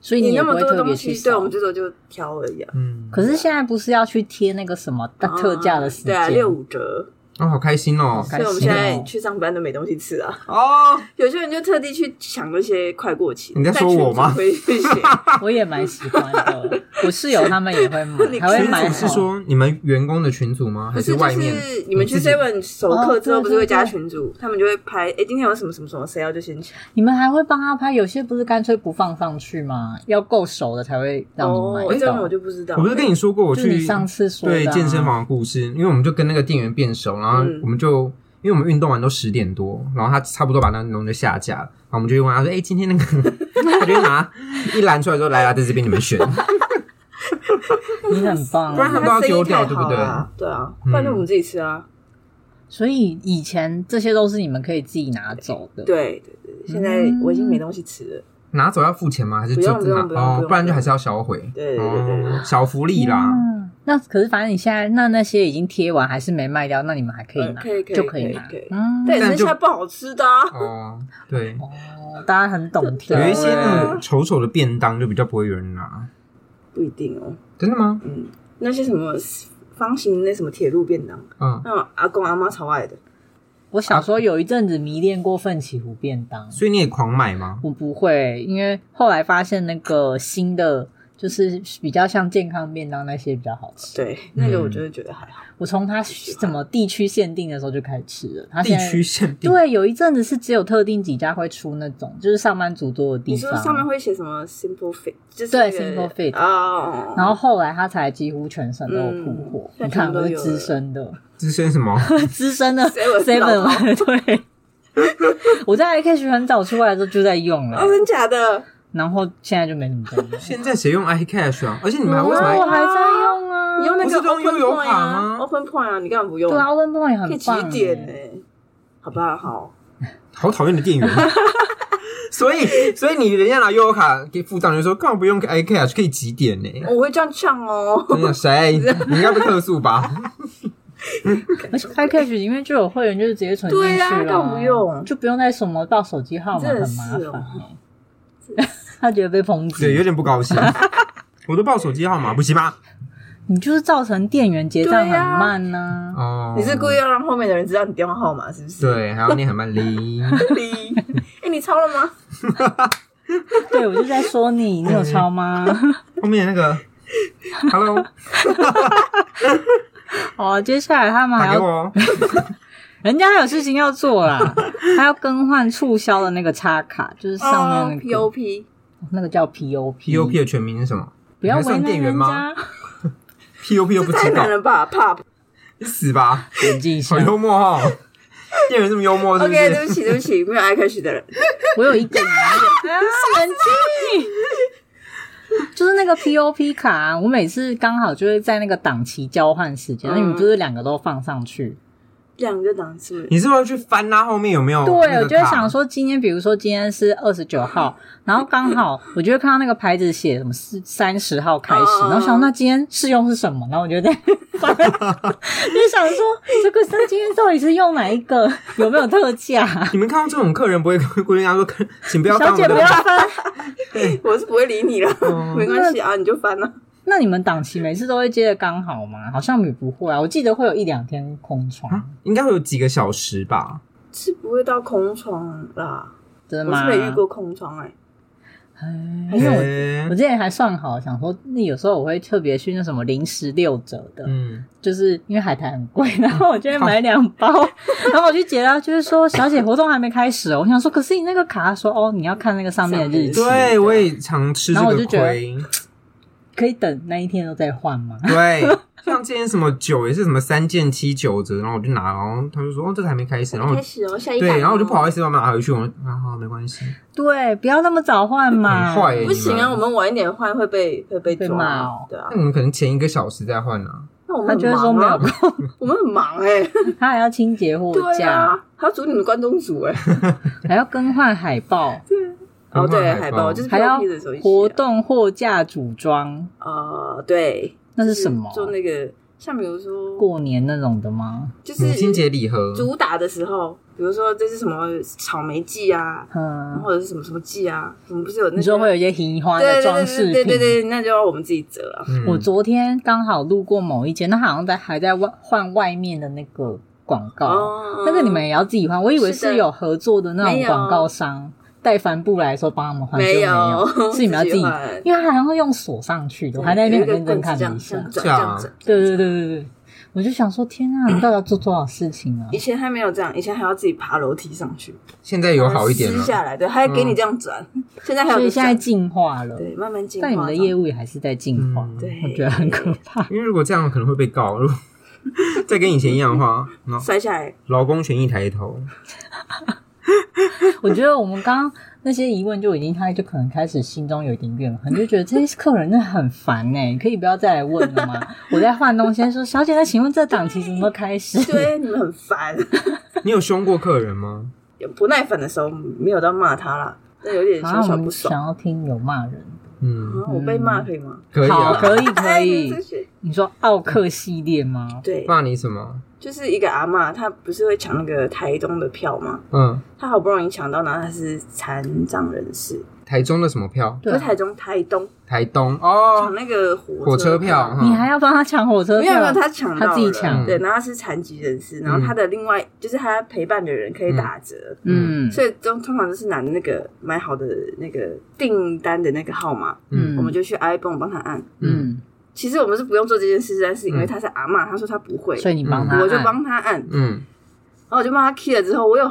Speaker 1: 所以
Speaker 3: 你
Speaker 1: 也
Speaker 3: 那
Speaker 1: 不
Speaker 3: 么
Speaker 1: 会
Speaker 3: 多
Speaker 1: 特别
Speaker 3: 东
Speaker 1: 去
Speaker 3: 西，对我
Speaker 1: 扫
Speaker 3: 们。最多就挑而已啊。
Speaker 2: 嗯，
Speaker 1: 可是现在不是要去贴那个什么大特价的时
Speaker 3: 对
Speaker 1: 间？
Speaker 3: 啊，六五折，
Speaker 2: 哦，好开心哦！
Speaker 1: 开
Speaker 3: 所
Speaker 1: 心哦
Speaker 3: 以我们现在去上班都没东西吃啊。
Speaker 2: 哦，
Speaker 3: 有些人就特地去抢那些快过期的。
Speaker 2: 你在说我吗
Speaker 3: 在群
Speaker 2: [laughs]
Speaker 3: 组会
Speaker 1: 我也蛮喜欢的。我室友他们也会买，
Speaker 3: 啊 [laughs] 你
Speaker 1: 还会买
Speaker 2: 群
Speaker 1: 好。
Speaker 2: 主是说你们员工的群组吗？还
Speaker 3: 不是，
Speaker 2: 外
Speaker 3: 就
Speaker 2: 面？
Speaker 3: 是你们去
Speaker 2: 自己
Speaker 3: Seven 熟
Speaker 1: 哦
Speaker 3: 客之后，不是
Speaker 1: 对
Speaker 3: 会加
Speaker 1: 对对
Speaker 3: 群组，他们就会拍，哎，今天有什么什么什么，谁要就先抢。
Speaker 1: 你们还会帮他拍，有些不是干脆不放上去吗？要够熟的才会让你
Speaker 3: 哦，
Speaker 1: 买
Speaker 3: 这样
Speaker 1: 到。
Speaker 3: 我就不知道。
Speaker 2: 我不是跟你说过我
Speaker 1: 就是
Speaker 2: 去
Speaker 1: 你上次说的啊
Speaker 2: 对健身房的故事，因为我们就跟那个店员变熟，然后
Speaker 3: 嗯
Speaker 2: 我们就。因为我们运动完都十点多，然后他差不多把那个东西下架了，然后我们就问他说：“哎、今天那
Speaker 3: [laughs]
Speaker 2: 个，他就拿一篮出来说，来啦，在这边你们选。
Speaker 1: 你很棒
Speaker 2: 不然他
Speaker 1: 啊、
Speaker 2: 们都要
Speaker 3: 生意
Speaker 2: 丢掉
Speaker 3: 太好了对啊，
Speaker 2: 嗯
Speaker 3: 不然就我们自己吃啊。
Speaker 1: 所以以前这些都是你们可以自己拿走的。
Speaker 3: 对对对，现在
Speaker 1: 嗯
Speaker 3: 我已经没东西吃了。”
Speaker 2: 拿走要付钱吗？还是就
Speaker 3: 不用
Speaker 2: 真拿
Speaker 3: 不用不用不
Speaker 2: 哦，
Speaker 3: 用
Speaker 2: 不然就还是要销毁。
Speaker 3: 对对对对对
Speaker 2: 哦，小福利啦。
Speaker 1: 嗯，那可是反正你现在那那些已经贴完还是没卖掉，那你们还可以拿，
Speaker 3: 呃可以可以
Speaker 1: 就以拿。
Speaker 3: 可以可以
Speaker 1: 嗯，
Speaker 3: 但
Speaker 2: 但
Speaker 3: 剩
Speaker 2: 就
Speaker 3: 下不好吃的啊。
Speaker 2: 哦，对，
Speaker 1: 哦，大家很懂挑。
Speaker 3: 对
Speaker 2: 有一些嗯那
Speaker 1: 呢，
Speaker 2: 种丑丑的便当就比较不会有人拿，
Speaker 3: 不一定哦。
Speaker 2: 真的吗？
Speaker 3: 嗯，那些什么方形那什么铁路便当，
Speaker 2: 嗯，
Speaker 3: 那种阿公阿妈超爱的。
Speaker 1: 我小时候有一阵子迷恋过奋起湖便当，
Speaker 2: 所以你也狂买吗？
Speaker 1: 我不会，因为后来发现那个新的就是比较像健康便当那些比较好吃。
Speaker 3: 对，那
Speaker 2: 嗯
Speaker 3: 个我就会觉得还好。
Speaker 1: 我从它什么地区限定的时候就开始吃了，它
Speaker 2: 地
Speaker 1: 现在
Speaker 2: 区限定，
Speaker 1: 对有一阵子是只有特定几家会出那种，就是上班族多的地
Speaker 3: 你
Speaker 1: 方。
Speaker 3: 说上面会写什么 simple fit，就是
Speaker 1: 对
Speaker 3: 那个
Speaker 1: simple fit
Speaker 3: 哦，
Speaker 1: 然后后来他才几乎全省都有铺货，
Speaker 3: 嗯
Speaker 1: 你看我
Speaker 3: 现在全部都
Speaker 1: 是
Speaker 3: 有了
Speaker 1: 资深
Speaker 3: [laughs]
Speaker 1: 的，
Speaker 2: 资深什么？
Speaker 1: 资深的
Speaker 3: Seven
Speaker 1: Seven，对， [laughs] 我在 IKH 很早出来的时候就在用了
Speaker 3: 哦，，真假的？
Speaker 1: 然后现在就没怎么在
Speaker 3: [laughs]
Speaker 1: 用。
Speaker 2: 现在谁用 iCash 啊？而且你们还
Speaker 1: 我
Speaker 2: 为什么
Speaker 1: 我
Speaker 2: 还？
Speaker 1: 还在用啊，
Speaker 3: 你用那
Speaker 2: 不
Speaker 3: 个
Speaker 2: 是都
Speaker 3: open
Speaker 2: 用悠游
Speaker 3: point
Speaker 2: 卡吗
Speaker 3: 啊？open point 啊，你干嘛不用？
Speaker 1: 对啊，温布也
Speaker 3: 可以
Speaker 1: 很
Speaker 3: 几
Speaker 1: 棒欸
Speaker 3: 点
Speaker 1: 耶，
Speaker 3: 呢？好吧，好，
Speaker 2: 好讨厌的
Speaker 3: [laughs]
Speaker 2: 店员。所以，所以你人家拿悠游卡给付账，你就说干嘛不用 iCash 可以几点呢？
Speaker 3: 我会这样唱哦。
Speaker 2: 真的谁？你应该被客诉
Speaker 3: [laughs]
Speaker 2: 吧？
Speaker 1: 而且 IKH 里面就有会员，就是直接存进去
Speaker 3: 对啊
Speaker 1: 了，
Speaker 3: 干嘛不用
Speaker 1: 就不用再什么报手机号码，
Speaker 3: 真的
Speaker 1: 很
Speaker 3: 是
Speaker 1: 麻烦
Speaker 3: 哦
Speaker 1: 耶。 [laughs] 他觉得被抨
Speaker 2: 对，有
Speaker 1: 击，
Speaker 2: 点不高兴。我都报手机号码，不行吗？
Speaker 1: 你就是造成店员结账很
Speaker 3: 对啊
Speaker 1: 慢呢。
Speaker 2: 哦，
Speaker 3: [laughs] 你是故意要让后面的人知道你电话号码是不是？
Speaker 2: 对，还要念很慢零。
Speaker 3: 滴。哎，你抄了吗？
Speaker 1: 对，我就在说你，
Speaker 2: 嗯
Speaker 1: 你有抄吗？
Speaker 2: 后面那个 Hello，
Speaker 1: 好啊，接下来他们还
Speaker 2: 打给我
Speaker 1: 要，
Speaker 2: 哦，
Speaker 1: 人家还有事情要做
Speaker 2: [laughs]
Speaker 1: 啦，还要更换促销的那个插卡，就是上面那
Speaker 3: 哦 P
Speaker 1: 个、
Speaker 3: O P
Speaker 1: 那个叫 POP。
Speaker 2: POP 的全名是什么？
Speaker 1: 不要
Speaker 2: 你还
Speaker 1: 为
Speaker 2: 算
Speaker 1: 难
Speaker 2: 店员
Speaker 1: 人
Speaker 2: 吗
Speaker 1: 家。
Speaker 2: P O P 又不
Speaker 3: 太
Speaker 2: 知道
Speaker 3: 难，了吧？Pop。
Speaker 2: 你死吧！
Speaker 1: 眼镜
Speaker 2: 好
Speaker 1: 箱，
Speaker 2: 幽默
Speaker 3: [laughs]
Speaker 2: 哦，店员这么幽默是不
Speaker 3: OK，对
Speaker 2: 是？
Speaker 3: 不起，对不起，没有爱开始的人。
Speaker 1: [laughs] 我有一个疑问，神经，就是那个 POP 卡啊、我每次刚好就会在那个档期交换时间，那、
Speaker 3: 嗯
Speaker 1: 你们不是两个都放上去？
Speaker 3: 两个档次，
Speaker 2: 你是不是要去翻它后面有没有？
Speaker 3: 哦
Speaker 1: 对，我就会想，说，今天比如说今天是二十九
Speaker 3: [laughs]
Speaker 1: 号，然后刚好我就会看到那个牌子写什么是三十号开始，
Speaker 3: 嗯
Speaker 1: 然后想那今天试用是什么，然后我就在翻，就想说这个是今天到底是用哪一
Speaker 3: [laughs]
Speaker 1: 个，有没有特价？
Speaker 2: [laughs] 你们看到这种客人不会 [laughs] 规定他说，客人请不要翻
Speaker 1: 小
Speaker 2: 我
Speaker 1: 姐
Speaker 2: 的
Speaker 1: 不要翻。
Speaker 3: [laughs] 我是不会理你了，
Speaker 2: 嗯
Speaker 3: 没关系啊，你就翻了。
Speaker 1: 那你们档期每次都会接的刚好吗？好像也不会啊，我记得会有一两天空
Speaker 2: 啊
Speaker 1: 窗，，
Speaker 2: 应该会有几个小时吧？
Speaker 3: 是不会到空窗啦，
Speaker 1: 真的
Speaker 3: 我是
Speaker 1: 吗？
Speaker 3: 没遇过空窗哎、
Speaker 1: 哎
Speaker 3: 还
Speaker 1: 因
Speaker 3: 是
Speaker 1: 为我
Speaker 2: 诶
Speaker 1: 我之前还算好，想说那有时候我会特别去那什么零食六折的，
Speaker 2: 嗯，
Speaker 1: 就是因为海苔很贵， [laughs] 然后我就会买两包， [laughs] 然后我去结账，就是说小姐活动还没开始哦，我想说，可是你那个卡说哦，你要看那个上面的日期，
Speaker 2: 对，我也常吃这
Speaker 1: 然后我
Speaker 2: 个
Speaker 1: 就觉得
Speaker 2: 亏。
Speaker 1: 可以等那一天都再换吗？
Speaker 2: 对， [laughs] 像之前什么酒也是什么三件七九折，然后我就拿，然后他就说哦，这个还没开始，然后
Speaker 3: 开
Speaker 2: 我
Speaker 3: 始哦，下一
Speaker 2: 对，
Speaker 3: 档、
Speaker 2: 然后我就不好意思把它拿回去，我说啊好没关系，
Speaker 1: 对，不要那么早换嘛，
Speaker 2: 很坏耶
Speaker 3: 不行啊，
Speaker 2: 你们
Speaker 3: 我们晚一点换会被会被
Speaker 1: 被
Speaker 3: 抓
Speaker 1: 骂哦
Speaker 3: 对啊
Speaker 2: 那，你们可能前一个小时再换啊，
Speaker 3: 那我
Speaker 1: 他
Speaker 3: 们
Speaker 1: 就
Speaker 3: 很
Speaker 1: 会说
Speaker 3: 忙
Speaker 1: 没有
Speaker 3: [laughs] 啊，我们很忙哎、
Speaker 1: [laughs] 他还要清洁货
Speaker 3: 对
Speaker 1: 架，
Speaker 3: 啊，还要组你们关东煮哎、
Speaker 1: 还要更换海报，
Speaker 3: 哦对，
Speaker 2: 很
Speaker 3: 海
Speaker 2: 棒
Speaker 3: 报就是
Speaker 1: 还要
Speaker 3: POP 的时候一起啊
Speaker 1: 活动货架组装，
Speaker 3: 呃，对，
Speaker 1: 那是
Speaker 3: 就
Speaker 1: 什么？
Speaker 3: 就那个像比如说，
Speaker 1: 过年那种的吗？
Speaker 3: 就是
Speaker 2: 母亲节礼盒，
Speaker 3: 主打的时候，比如说这是什么草莓季啊，
Speaker 1: 嗯，
Speaker 3: 或者是什么什么季啊，我们不是有那
Speaker 1: 你
Speaker 3: 个
Speaker 1: 说会有一些银花
Speaker 3: 对
Speaker 1: 的
Speaker 3: 对
Speaker 1: 装饰
Speaker 3: 对
Speaker 1: 品。
Speaker 3: 对对对，那就要我们自己折啊。
Speaker 2: 嗯
Speaker 1: 我昨天刚好路过某一间，那好像在还在外换外面的那个广告，
Speaker 3: 哦
Speaker 1: 那个你们也要自己换。我以为
Speaker 3: 是
Speaker 1: 是
Speaker 3: 的
Speaker 1: 有合作的那
Speaker 3: 没
Speaker 1: 种
Speaker 3: 有
Speaker 1: 广告商带帆布来说帮他们换，就
Speaker 3: 没有
Speaker 1: 有，是你们要自己，
Speaker 3: 换
Speaker 1: 因为他好像用锁上去的，我还在那边
Speaker 3: 有一
Speaker 1: 很
Speaker 3: 个
Speaker 1: 认真
Speaker 3: 棍子
Speaker 1: 看了
Speaker 3: 这样
Speaker 1: 一
Speaker 3: 这
Speaker 1: 下
Speaker 2: 是
Speaker 3: 样。转这
Speaker 2: 啊
Speaker 3: 样转。
Speaker 1: 对对对对对，我就想说，天
Speaker 3: [coughs]
Speaker 1: 啊，你到底要做多少事情啊
Speaker 3: 以？前还没有这样，以前还要自己爬楼梯上去，
Speaker 2: 现在有好一点哦
Speaker 3: 撕
Speaker 2: 了，
Speaker 3: 下来，对，还给你这样转。现在还
Speaker 1: 嗯
Speaker 3: 有
Speaker 1: 所
Speaker 3: 个
Speaker 1: 以现在
Speaker 3: 转
Speaker 1: 进化了，
Speaker 3: 对慢慢进化。
Speaker 1: 但你们的业务也还是在进化，
Speaker 2: 嗯
Speaker 3: 对
Speaker 1: 我觉得很可怕。
Speaker 2: 因为如果这样可能会被告，如果 [laughs] 再跟以前一样的话，那
Speaker 3: 摔下来，
Speaker 2: 劳工权益抬头，
Speaker 1: 我觉得我们刚刚那些疑问就已经，他就可能开始心中有一点怨恨，就觉得这些客人真的很烦哎、你可以不要再来问了吗？我在换东西，他说小姐，那请问这档期什么时候开始？ [laughs]
Speaker 3: 对你们很烦。
Speaker 2: 你有凶过客人吗？
Speaker 3: 有不耐烦的时候，没有到骂他啦，但有点
Speaker 1: 啊，
Speaker 3: 小小
Speaker 1: 我
Speaker 3: 不
Speaker 1: 们
Speaker 3: 爽。
Speaker 1: 想要听有骂人，
Speaker 2: 嗯，
Speaker 3: 啊我被骂可以吗？
Speaker 2: 可以
Speaker 1: 好，
Speaker 2: 啊，
Speaker 1: 可以嗯可
Speaker 3: 哎你
Speaker 1: 以
Speaker 3: 这。是
Speaker 1: 你说奥克系列吗？
Speaker 3: 对，
Speaker 2: 骂你什么？
Speaker 3: 就是一个阿嬷，她不是会抢那个台东的票吗？
Speaker 2: 嗯，
Speaker 3: 她好不容易抢到，然后她是残障人士，
Speaker 2: 台中的什么票？
Speaker 3: 不
Speaker 1: 对啊，
Speaker 3: 是台中台东
Speaker 2: 台东哦
Speaker 3: 抢，那个火
Speaker 2: 火车票，
Speaker 1: 你
Speaker 2: 嗯
Speaker 1: 还要帮他抢火车
Speaker 3: 没有
Speaker 1: 票？
Speaker 3: 没有，他抢到
Speaker 1: 他自己
Speaker 3: 了
Speaker 1: 抢
Speaker 3: 对，然后他是残疾人士，
Speaker 2: 嗯
Speaker 3: 然后他的另外、就是他陪伴的人可以打折，
Speaker 1: 嗯
Speaker 3: 所以都通常都是拿那个买好的那个订单的那个号码，
Speaker 1: 嗯，
Speaker 3: 我们就去 iPhone 帮他按。
Speaker 1: 嗯，
Speaker 3: 其实我们是不用做这件事，但是因为
Speaker 2: 嗯
Speaker 3: 他是阿嬷，他说他不会，
Speaker 1: 所以你帮他，
Speaker 3: 我就帮他按，然
Speaker 2: 嗯，
Speaker 3: 后我就帮他 key 了之后，我有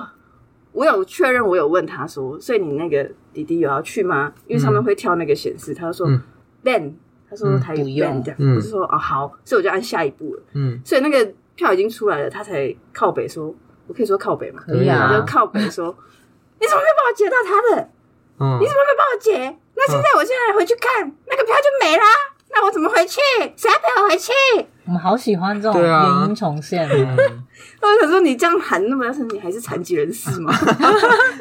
Speaker 3: 我有确认，我有问他说，所以你那个弟弟有要去吗？因为上面会跳那个显示，他就说
Speaker 2: 嗯
Speaker 3: Ben，他说
Speaker 2: 嗯
Speaker 3: 台语
Speaker 1: 不用
Speaker 3: Ben 这样，
Speaker 2: 嗯
Speaker 3: 我就说哦好，所以我就按下一步了。
Speaker 2: 嗯
Speaker 3: 所以那个票已经出来了，他才靠北说，我可以说靠北嘛，
Speaker 1: 可以
Speaker 2: 可以
Speaker 3: 他
Speaker 1: 啊
Speaker 2: 啊
Speaker 3: 就，靠北说，你怎么可以帮我截到他的？
Speaker 2: 嗯
Speaker 3: 你，怎么可以帮我截？那现在我现在回去看，那个票就没啦，那我怎么回去？谁要陪我回去？
Speaker 1: 我们好喜欢这种
Speaker 2: 对啊
Speaker 1: 原因重现哦。
Speaker 2: 嗯
Speaker 3: 我想说你这样喊那么大声，你还是残疾人士吗？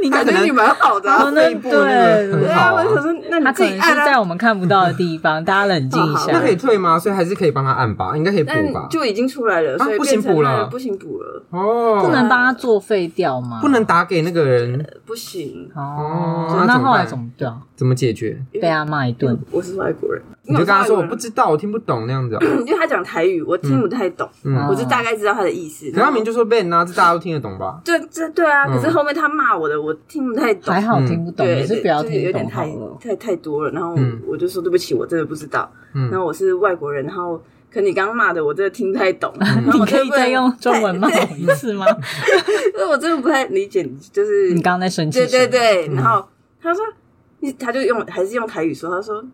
Speaker 3: 你感觉你蛮好的、
Speaker 1: 他
Speaker 3: 啊
Speaker 1: 可。能
Speaker 3: 肺部
Speaker 1: 对
Speaker 2: 那个
Speaker 3: 对
Speaker 2: 很
Speaker 3: 啊，
Speaker 2: 好
Speaker 3: 我想
Speaker 2: 啊。
Speaker 3: 说，那
Speaker 1: 他
Speaker 3: 你
Speaker 1: 可
Speaker 3: 自己
Speaker 1: 能是
Speaker 3: 按
Speaker 1: 在
Speaker 3: 啊，哦
Speaker 1: 我们看不到的地方，大家冷静一
Speaker 3: 好好
Speaker 1: 下
Speaker 2: 那可。以退吗？所以还是可以帮他按吧，应该可以补吧
Speaker 3: 但。就已经出来了，
Speaker 2: 啊
Speaker 3: 所以
Speaker 2: 不行
Speaker 3: 变成
Speaker 2: 补了
Speaker 3: 那个不行补了，
Speaker 2: 哦，
Speaker 1: 不能帮他作废掉吗？
Speaker 2: 不能打给那个人，
Speaker 3: 不行，
Speaker 1: 哦
Speaker 2: 哦。那
Speaker 1: 那
Speaker 2: 怎么
Speaker 1: 后来
Speaker 2: 办
Speaker 1: 怎么对啊？
Speaker 2: 怎么解决？
Speaker 1: 被他骂一顿，
Speaker 3: 我是外国人，
Speaker 2: 你就跟他说我
Speaker 3: 因为是外国人
Speaker 2: 不知道，我听不懂那样子哦。
Speaker 3: 因为他讲台语，我听不太懂，
Speaker 2: 嗯，
Speaker 3: 我就大概知道他的意思。
Speaker 2: 可他明就说 Ben 啊，这大家都听得懂吧？
Speaker 3: 对这对啊，
Speaker 2: 嗯
Speaker 3: 可是后面他骂我的，我听不太懂。
Speaker 1: 还好听不懂，
Speaker 3: 对，
Speaker 1: 也是不要
Speaker 3: 就是有
Speaker 1: 听
Speaker 3: 点
Speaker 1: 懂好
Speaker 3: 太
Speaker 1: 了。
Speaker 3: 太太多了，然后
Speaker 2: 嗯
Speaker 3: 我就说对不起，我真的不知道。
Speaker 2: 嗯
Speaker 3: 然，后我是外国人，然后可你刚刚骂的我真的听不太懂，然后
Speaker 1: 你
Speaker 3: 我
Speaker 1: 可
Speaker 3: 真
Speaker 1: 以
Speaker 3: 的不能
Speaker 1: 再
Speaker 3: [laughs]
Speaker 1: 用中文骂我一次吗？
Speaker 3: 因为我真的不太理解，就是
Speaker 1: [laughs] 你刚刚在生气
Speaker 3: 对
Speaker 1: 什么？
Speaker 3: 对对，
Speaker 2: 嗯
Speaker 3: 然后他说你，他就用还是用台语说，他说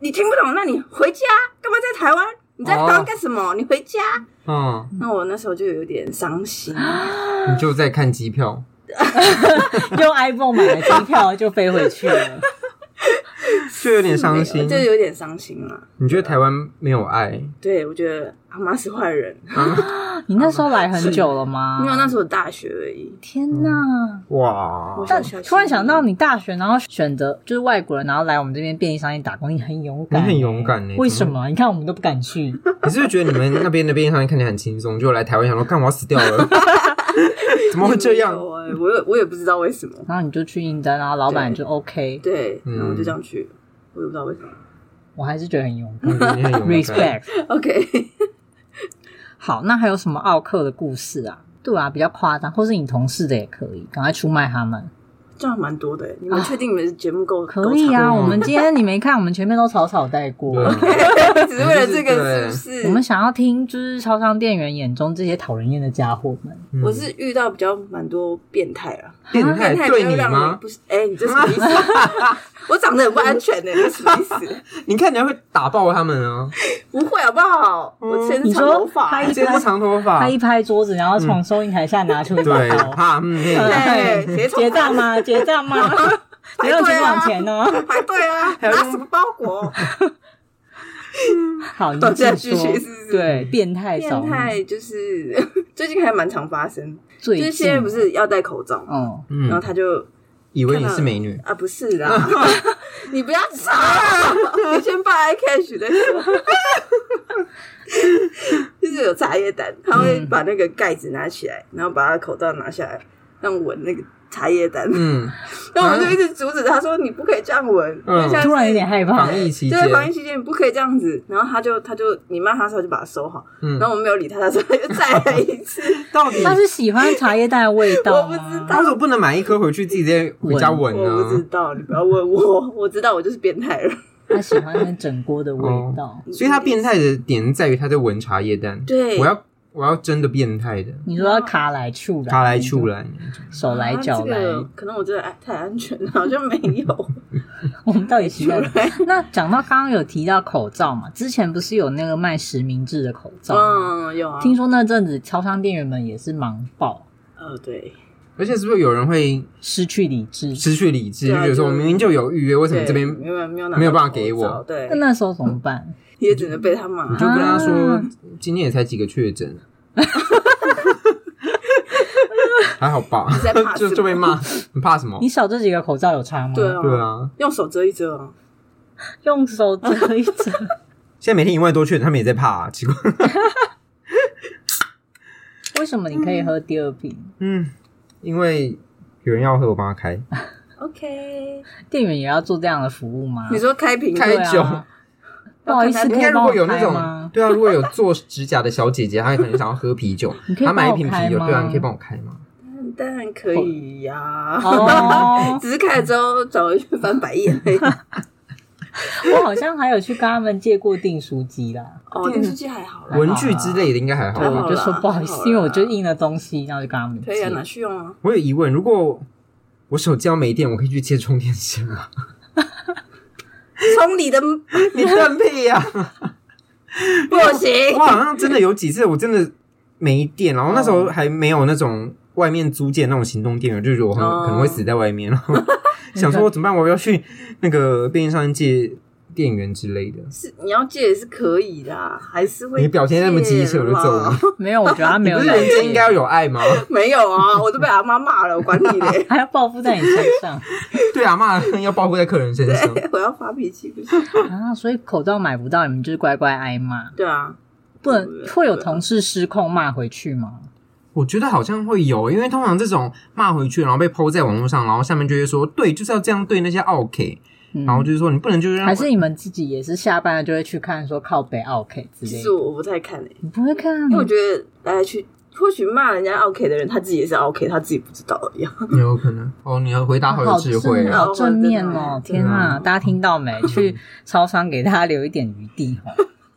Speaker 3: 你听不懂，那你回家干嘛在台湾？你在台
Speaker 2: 哦
Speaker 3: 湾干什么？你回家。
Speaker 2: 嗯，
Speaker 3: 那我那时候就有点伤心，
Speaker 2: 你就在看机票，
Speaker 1: 用 iPhone 买了机票就飞回去
Speaker 3: [laughs]
Speaker 1: 了。
Speaker 2: 就有点伤心。
Speaker 3: 就有点伤心了。
Speaker 2: 你觉得台湾没有爱？
Speaker 3: 对，我觉得阿妈是坏人，
Speaker 1: 你那时候来很久了吗？
Speaker 3: 因为那时候我大学而已。
Speaker 1: 天哪！
Speaker 2: 哇，
Speaker 3: 我
Speaker 1: 但
Speaker 3: 小
Speaker 1: 突然
Speaker 3: 时候
Speaker 1: 想到，你大学然后选择就是外国人，然后来我们这边便利商店打工，你很勇
Speaker 2: 你
Speaker 1: 敢，
Speaker 2: 很勇敢呢。
Speaker 1: 为什？么？你看我们都不敢去，
Speaker 2: 你是不是觉得你们那边的便利商店看起来很轻松，就来台湾想说，干我要死掉
Speaker 3: [laughs]
Speaker 2: 了？怎么会这
Speaker 3: 没
Speaker 2: 样？
Speaker 3: 有欸我也我也不知道为什么。
Speaker 1: 然后你就去应征，然后老板就 OK，
Speaker 3: 对，
Speaker 2: 嗯
Speaker 3: 然后我就这样去，我也不知道为什么。
Speaker 1: 我还是觉得很勇
Speaker 2: 你
Speaker 1: 敢
Speaker 2: 觉得你很勇敢。
Speaker 1: ，respect。
Speaker 3: OK， [laughs]
Speaker 1: 好，那还有什么奥克的故事啊？对啊，比较夸张，或是你同事的也可以，赶快出卖他们。
Speaker 3: 这样蛮多的欸。你们确定你们的节目够
Speaker 1: 可以
Speaker 2: 够
Speaker 1: 啊，
Speaker 2: 长
Speaker 1: 我们今天你没看，我们前面都草草带过。
Speaker 2: 对啊，
Speaker 3: 够长 [laughs] 只是为了这个
Speaker 2: 就是
Speaker 3: 是不是？
Speaker 1: 我们想要听，就是超商店员眼中这些讨人厌的家伙们。
Speaker 2: 嗯
Speaker 3: 我是遇到比较蛮多变态啦，
Speaker 2: 变态
Speaker 3: 变态
Speaker 2: 对
Speaker 3: 比较
Speaker 2: 你
Speaker 3: 让人
Speaker 2: 吗？
Speaker 3: 不是，哎、你这什么意思？ [laughs] 我长得很不安全呢、你什么意思？
Speaker 2: [laughs] 你看起来会打爆他们啊！
Speaker 3: 不会好不好？
Speaker 2: 嗯
Speaker 3: 我之前是
Speaker 1: 你
Speaker 3: 长
Speaker 1: 说
Speaker 3: 头发、
Speaker 1: 拍
Speaker 2: 今天是长头发
Speaker 1: 他，一拍桌子，然后从收银台下拿出一把
Speaker 2: 啊对，
Speaker 1: 刀。
Speaker 2: 哈，嗯，嘿
Speaker 3: 对，谁啊头
Speaker 1: [laughs] 结账
Speaker 3: [laughs]
Speaker 1: 吗？结账吗？结账请往前哦。
Speaker 3: 排队啊？
Speaker 2: 还有
Speaker 3: 拿什么包裹？
Speaker 1: 好，你继续
Speaker 3: 继续
Speaker 1: 说
Speaker 3: 是不是
Speaker 1: 对，变态
Speaker 3: 变
Speaker 1: 少女
Speaker 3: 态就是 [laughs] 最近还蛮常发生，
Speaker 1: 最
Speaker 3: 就是
Speaker 1: 近
Speaker 3: 现在不是要戴口罩吗？
Speaker 1: 嗯，
Speaker 2: 嗯
Speaker 3: 然后他就
Speaker 2: 以为你是美女，
Speaker 3: 啊，不
Speaker 2: [laughs]
Speaker 3: 是啦，你不要吵啊，你先办 iCash 再说。就是有茶叶蛋，他会
Speaker 2: 嗯
Speaker 3: 把那个盖子拿起来，然后把他口罩拿下来，让闻那个茶叶蛋。 [laughs]
Speaker 2: 嗯，
Speaker 3: 然后我们就一直阻止他说：“你不可以这样闻。”
Speaker 2: 嗯
Speaker 3: 因为现在是
Speaker 1: 突然有点害
Speaker 3: [laughs]
Speaker 1: 怕
Speaker 2: 防。疫期
Speaker 3: 就
Speaker 2: 间
Speaker 3: 在，防疫期间，你不可以这样子。然后他就他就你骂他的时候就把它收好，
Speaker 2: 嗯
Speaker 3: 然，后我没有理他，他说他又再来一次。
Speaker 2: 到底
Speaker 1: 他是喜欢茶叶蛋的味道
Speaker 3: 我不知
Speaker 1: 吗？
Speaker 2: 他为什么不能买一颗回去自己在回家闻
Speaker 3: 我不知
Speaker 2: 呢？
Speaker 3: 道，你不要问我，我知道我就是变态了。 [laughs]
Speaker 1: 他喜欢那整锅的味道。
Speaker 2: 所以他变态的点在于他在闻茶叶蛋。
Speaker 3: 对
Speaker 2: 我要我要真的变态的，
Speaker 1: 你说要卡来处来，
Speaker 2: 他来出来，
Speaker 1: 手来脚来
Speaker 3: 啊，这个可能我真的哎太安全了，好像没
Speaker 2: [laughs]
Speaker 3: 有。
Speaker 1: [laughs] 我们到底喜欢？ [laughs] 那讲到刚刚有提到口罩嘛，之前不是有那个卖实名制的口罩吗？
Speaker 3: 嗯，有啊。
Speaker 1: 听说那阵子超商店员们也是忙爆，
Speaker 3: 呃，对，
Speaker 2: 而且是不是有人会
Speaker 1: 失去理智。
Speaker 2: 失去理智，就
Speaker 3: 对啊
Speaker 2: 觉得说
Speaker 3: 就
Speaker 2: 明明就有预约，为什么
Speaker 3: 对
Speaker 2: 这边
Speaker 3: 没有没有拿
Speaker 2: 没有
Speaker 3: 到
Speaker 2: 办法给
Speaker 3: 口罩
Speaker 2: 我嗯
Speaker 3: 对
Speaker 1: 那，那时候怎么办？
Speaker 3: 也只能被他骂
Speaker 2: 你。就跟他说
Speaker 1: 啊
Speaker 2: 今天也才几个确
Speaker 1: [laughs]
Speaker 2: 诊，还好吧
Speaker 3: 在
Speaker 2: [laughs]
Speaker 3: 怕，
Speaker 2: 就
Speaker 3: 什么
Speaker 2: 就被骂，你怕什么
Speaker 1: 你？少这几个口罩有差吗？
Speaker 3: [laughs] 对啊，
Speaker 2: 对啊，
Speaker 3: 用手遮一遮啊。
Speaker 1: 用手遮一
Speaker 3: [laughs]
Speaker 1: 遮。
Speaker 2: 现在每天一万多确诊，他们也在怕、啊，奇怪。
Speaker 1: 为什么你可以喝第二瓶？
Speaker 2: 嗯，因为有人要喝，我帮他开 [laughs]
Speaker 3: OK，
Speaker 1: 店员也要做这样的服务吗？
Speaker 3: 你说开瓶
Speaker 2: 开
Speaker 1: 对
Speaker 2: 酒
Speaker 1: 啊，不好意思，
Speaker 2: 应
Speaker 1: 可
Speaker 2: 该
Speaker 1: 以
Speaker 2: 如
Speaker 1: 帮我
Speaker 2: 果有那
Speaker 1: 开
Speaker 2: 种
Speaker 1: 吗？
Speaker 2: 对啊，如果有做指甲的小姐姐，她可能想要喝啤酒
Speaker 1: [laughs] 你，可以
Speaker 2: 她
Speaker 1: 帮我
Speaker 2: 买一瓶啤
Speaker 1: 开
Speaker 2: 酒，
Speaker 1: 吗
Speaker 2: 对啊，你可以帮我开吗？
Speaker 3: 当然可以呀。
Speaker 1: 哦，
Speaker 3: [laughs] 只是开了之后找人去翻白眼而
Speaker 2: [laughs]
Speaker 3: 已。
Speaker 1: [laughs] 我好像还有去跟他们借过订书机啦。
Speaker 2: 啊
Speaker 3: 哦，电视剧还好啦，
Speaker 2: 文具之类的应该还好
Speaker 1: 对，
Speaker 3: 还哦好
Speaker 1: 我
Speaker 2: 吧。
Speaker 3: 啦
Speaker 1: 就说不好意
Speaker 3: 还好
Speaker 1: 思，
Speaker 3: 啦
Speaker 1: 因为我就印了东西，然后就跟他们
Speaker 3: 可以
Speaker 1: 借
Speaker 3: 啊，。拿去用啊。
Speaker 2: 我有疑问，如果我手机要没电，我可以去接充电线
Speaker 3: [laughs]
Speaker 2: 吗？
Speaker 3: 从你的
Speaker 2: 你断屁
Speaker 3: [laughs]
Speaker 2: 呀！
Speaker 3: 不
Speaker 2: [laughs] 我，
Speaker 3: 行
Speaker 2: 好像真的有几次，我真的没电，然后那时候还没有那种外面租借那种行动电源，就觉得我很
Speaker 3: 哦
Speaker 2: 可能会死在外面，然
Speaker 3: [laughs]
Speaker 2: 后想说怎么办？我要去那个便利商店借电源之类的。
Speaker 3: 是你要借也是可以的，还是会。
Speaker 2: 你表现那么机车，我就揍你！！ [laughs]
Speaker 1: 没有，我觉得他没
Speaker 2: 你
Speaker 1: 有
Speaker 2: 不是
Speaker 1: 来
Speaker 2: 人
Speaker 1: 借！
Speaker 2: 间应该要有爱吗？
Speaker 3: [laughs] 没有啊，我都被阿妈骂了，我管你嘞
Speaker 1: 还要报复在你身上 [laughs]
Speaker 2: 对啊，骂要报复在客人身
Speaker 3: 对
Speaker 2: 上。，
Speaker 3: 我要发脾气不行。
Speaker 1: 啊！所以口罩买不到，你们就是乖乖挨骂，
Speaker 3: 对啊，
Speaker 1: [laughs] 不能会有同事失控骂回去吗？
Speaker 2: 我觉得好像会有，因为通常这种骂回去，然后被抛在网络上，然后下面就会说，对，就是要这样对那些 OK，
Speaker 1: 嗯
Speaker 2: 然后就是说你不能就是让
Speaker 1: 还是你们自己也是下班了就会去看说靠北 OK 之
Speaker 3: 其
Speaker 1: 类
Speaker 3: 实
Speaker 1: 的？
Speaker 3: 我不太看诶，
Speaker 1: 你不会看啊？
Speaker 3: 因为我觉得来来去，或许骂人家 OK 的人，他自己也是 OK，他自己不知道一样。
Speaker 2: [laughs] 有可能哦，你的回答好有
Speaker 1: 好
Speaker 2: 智
Speaker 1: 正
Speaker 2: 慧啊！
Speaker 1: 好正面哦！
Speaker 3: 真的
Speaker 1: 天啊，大家听到
Speaker 3: [laughs]
Speaker 1: 没？去超商给大家留一点余地哦。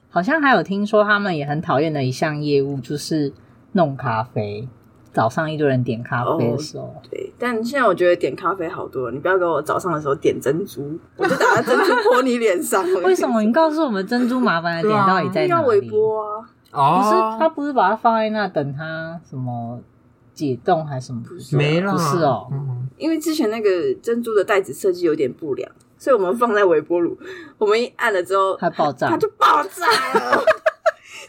Speaker 1: 好像还有听说他们也很讨厌的一项业务就是弄咖啡，早上一堆人点咖啡的
Speaker 3: 哦
Speaker 1: 时候，
Speaker 3: 对，但现在我觉得点咖啡好多了，你不要给我早上的时候点珍珠，我就打珍珠泼你脸上。
Speaker 1: [laughs] 为什么？你告诉我们珍珠麻烦的点到底在哪
Speaker 3: [laughs] 要微
Speaker 1: 里？
Speaker 3: 波啊？
Speaker 1: 不是
Speaker 2: 哦，
Speaker 1: 他不是把它放在那等它什么解冻还是什么？
Speaker 3: 不是啊
Speaker 2: 没了，
Speaker 1: 不是哦
Speaker 2: 嗯，
Speaker 3: 因为之前那个珍珠的袋子设计有点不良，所以我们放在微波炉，我们一按了之后，
Speaker 1: 它爆炸
Speaker 3: 它，就爆炸
Speaker 2: [laughs]
Speaker 3: 了，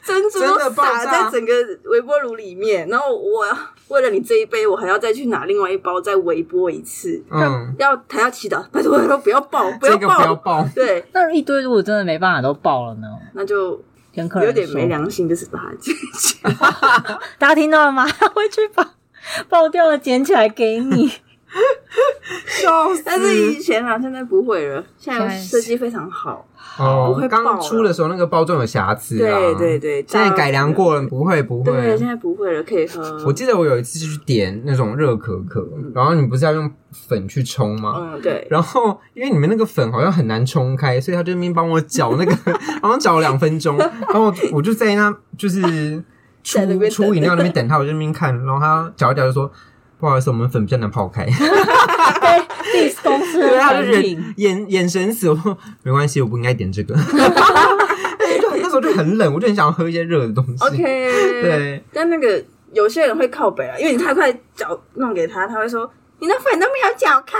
Speaker 3: 珍珠
Speaker 2: 真
Speaker 3: 都
Speaker 2: 的爆
Speaker 3: 洒
Speaker 2: 炸
Speaker 3: 在整个微波炉里面。然后我为了你这一杯，我还要再去拿另外一包再微波一次。
Speaker 2: 嗯
Speaker 3: 要还要祈祷，拜托拜托不要爆，不
Speaker 2: 这
Speaker 3: 要
Speaker 2: 个不要
Speaker 3: 爆。
Speaker 2: 爆，
Speaker 3: 对，
Speaker 1: 那一堆如果真的没办法都爆了呢？
Speaker 3: 那就
Speaker 1: 跟客人
Speaker 3: 有点没
Speaker 1: 说
Speaker 3: 良心，就是把它
Speaker 2: [laughs]
Speaker 3: 解决。
Speaker 1: 大家听到了吗？ [laughs] 他会去把爆掉的捡起来给
Speaker 3: [laughs]
Speaker 1: 你。
Speaker 2: 笑死
Speaker 3: 但是以前啊，现在不会了，现
Speaker 1: 现
Speaker 3: 在
Speaker 1: 在
Speaker 3: 设计非常好。不
Speaker 2: 哦
Speaker 3: 会，爆
Speaker 2: 刚出的时候那个包装有瑕疵啊，
Speaker 3: 对对对，
Speaker 2: 现在改良过了，不会不
Speaker 3: 对，
Speaker 2: 会。
Speaker 3: 现在不会了，可以喝。
Speaker 2: 我记得我有一次去点那种热可可，然后你不是要用粉去冲吗？
Speaker 3: 嗯，对，
Speaker 2: 然后因为你们那个粉好像很难冲开，所以他就在那边帮我搅那个，好像搅了两分钟，然后我就在那就是出
Speaker 3: [laughs] 在那边等
Speaker 2: 出饮料那
Speaker 3: [laughs]
Speaker 2: 边等他，我就在那边看，然后他搅一搅就说。不好意思，我们粉比较难泡开， [laughs]
Speaker 1: 对，第公司
Speaker 2: 对，
Speaker 1: 的
Speaker 2: 他就
Speaker 1: 产
Speaker 2: 眼
Speaker 1: 品，
Speaker 2: 眼眼神死，我说没关系，我不应该点
Speaker 3: [laughs]
Speaker 2: 这个。哎就很那时候就很冷，我就很想要喝一些热的东西。[laughs]
Speaker 3: OK，
Speaker 2: 对，
Speaker 3: 但那个有些人会靠北啊，因为你太快搅弄给他，他会说你的粉都没有搅
Speaker 2: [laughs]
Speaker 3: 开，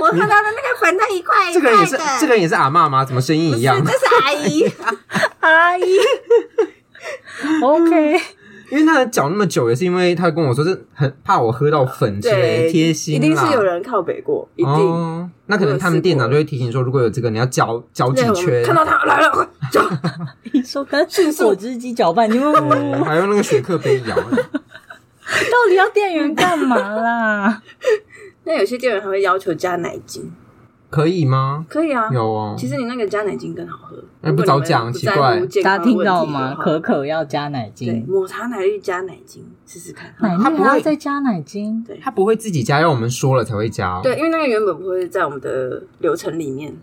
Speaker 3: 我喝到的那个粉它一块一
Speaker 2: 这个
Speaker 3: 块
Speaker 2: 人也
Speaker 3: 的。
Speaker 2: 是，这个人也是阿嬷吗？怎么声音一样
Speaker 3: 不？是这是
Speaker 2: [laughs]
Speaker 3: 阿姨， [laughs]
Speaker 1: 阿姨。OK，
Speaker 2: 因为他搅那么久，也是因为他跟我说是很怕我喝到粉之类
Speaker 3: 对，
Speaker 2: 的，贴心
Speaker 3: 一
Speaker 2: 啦
Speaker 3: 定是有人靠北过，一定。
Speaker 2: 哦，那可能他们店长就会提醒说，如果有这个，你要搅搅几
Speaker 3: 对，我
Speaker 2: 圈
Speaker 3: 们，看到他来了，搅，
Speaker 1: 你说跟果汁机搅
Speaker 3: 嗯
Speaker 1: 拌，你们
Speaker 2: 对 [laughs] 还用那个雪克杯
Speaker 3: [laughs]
Speaker 2: 摇。
Speaker 1: 到底要店员干嘛啦？
Speaker 3: [laughs] 那有些店员还会要求加奶精，
Speaker 2: 可以吗？
Speaker 3: 可以啊。
Speaker 2: 有哦，
Speaker 3: 其实你那个加奶精更好喝。
Speaker 2: 哎不早讲
Speaker 3: 如果你们不在乎健
Speaker 1: 大家
Speaker 3: 康问题
Speaker 1: 听
Speaker 3: 的
Speaker 1: 到
Speaker 3: 话
Speaker 1: 吗？可可要加奶
Speaker 3: 对，
Speaker 1: 精，
Speaker 3: 抹茶奶绿加奶精试试
Speaker 2: [laughs]
Speaker 3: 看。
Speaker 1: 奶
Speaker 2: 它
Speaker 1: 绿
Speaker 2: 不会
Speaker 1: 还要再加奶精，
Speaker 2: 他不会自己加，要我们说了才会加哦。
Speaker 3: 对，因为那个原本不会在我们的流程里面，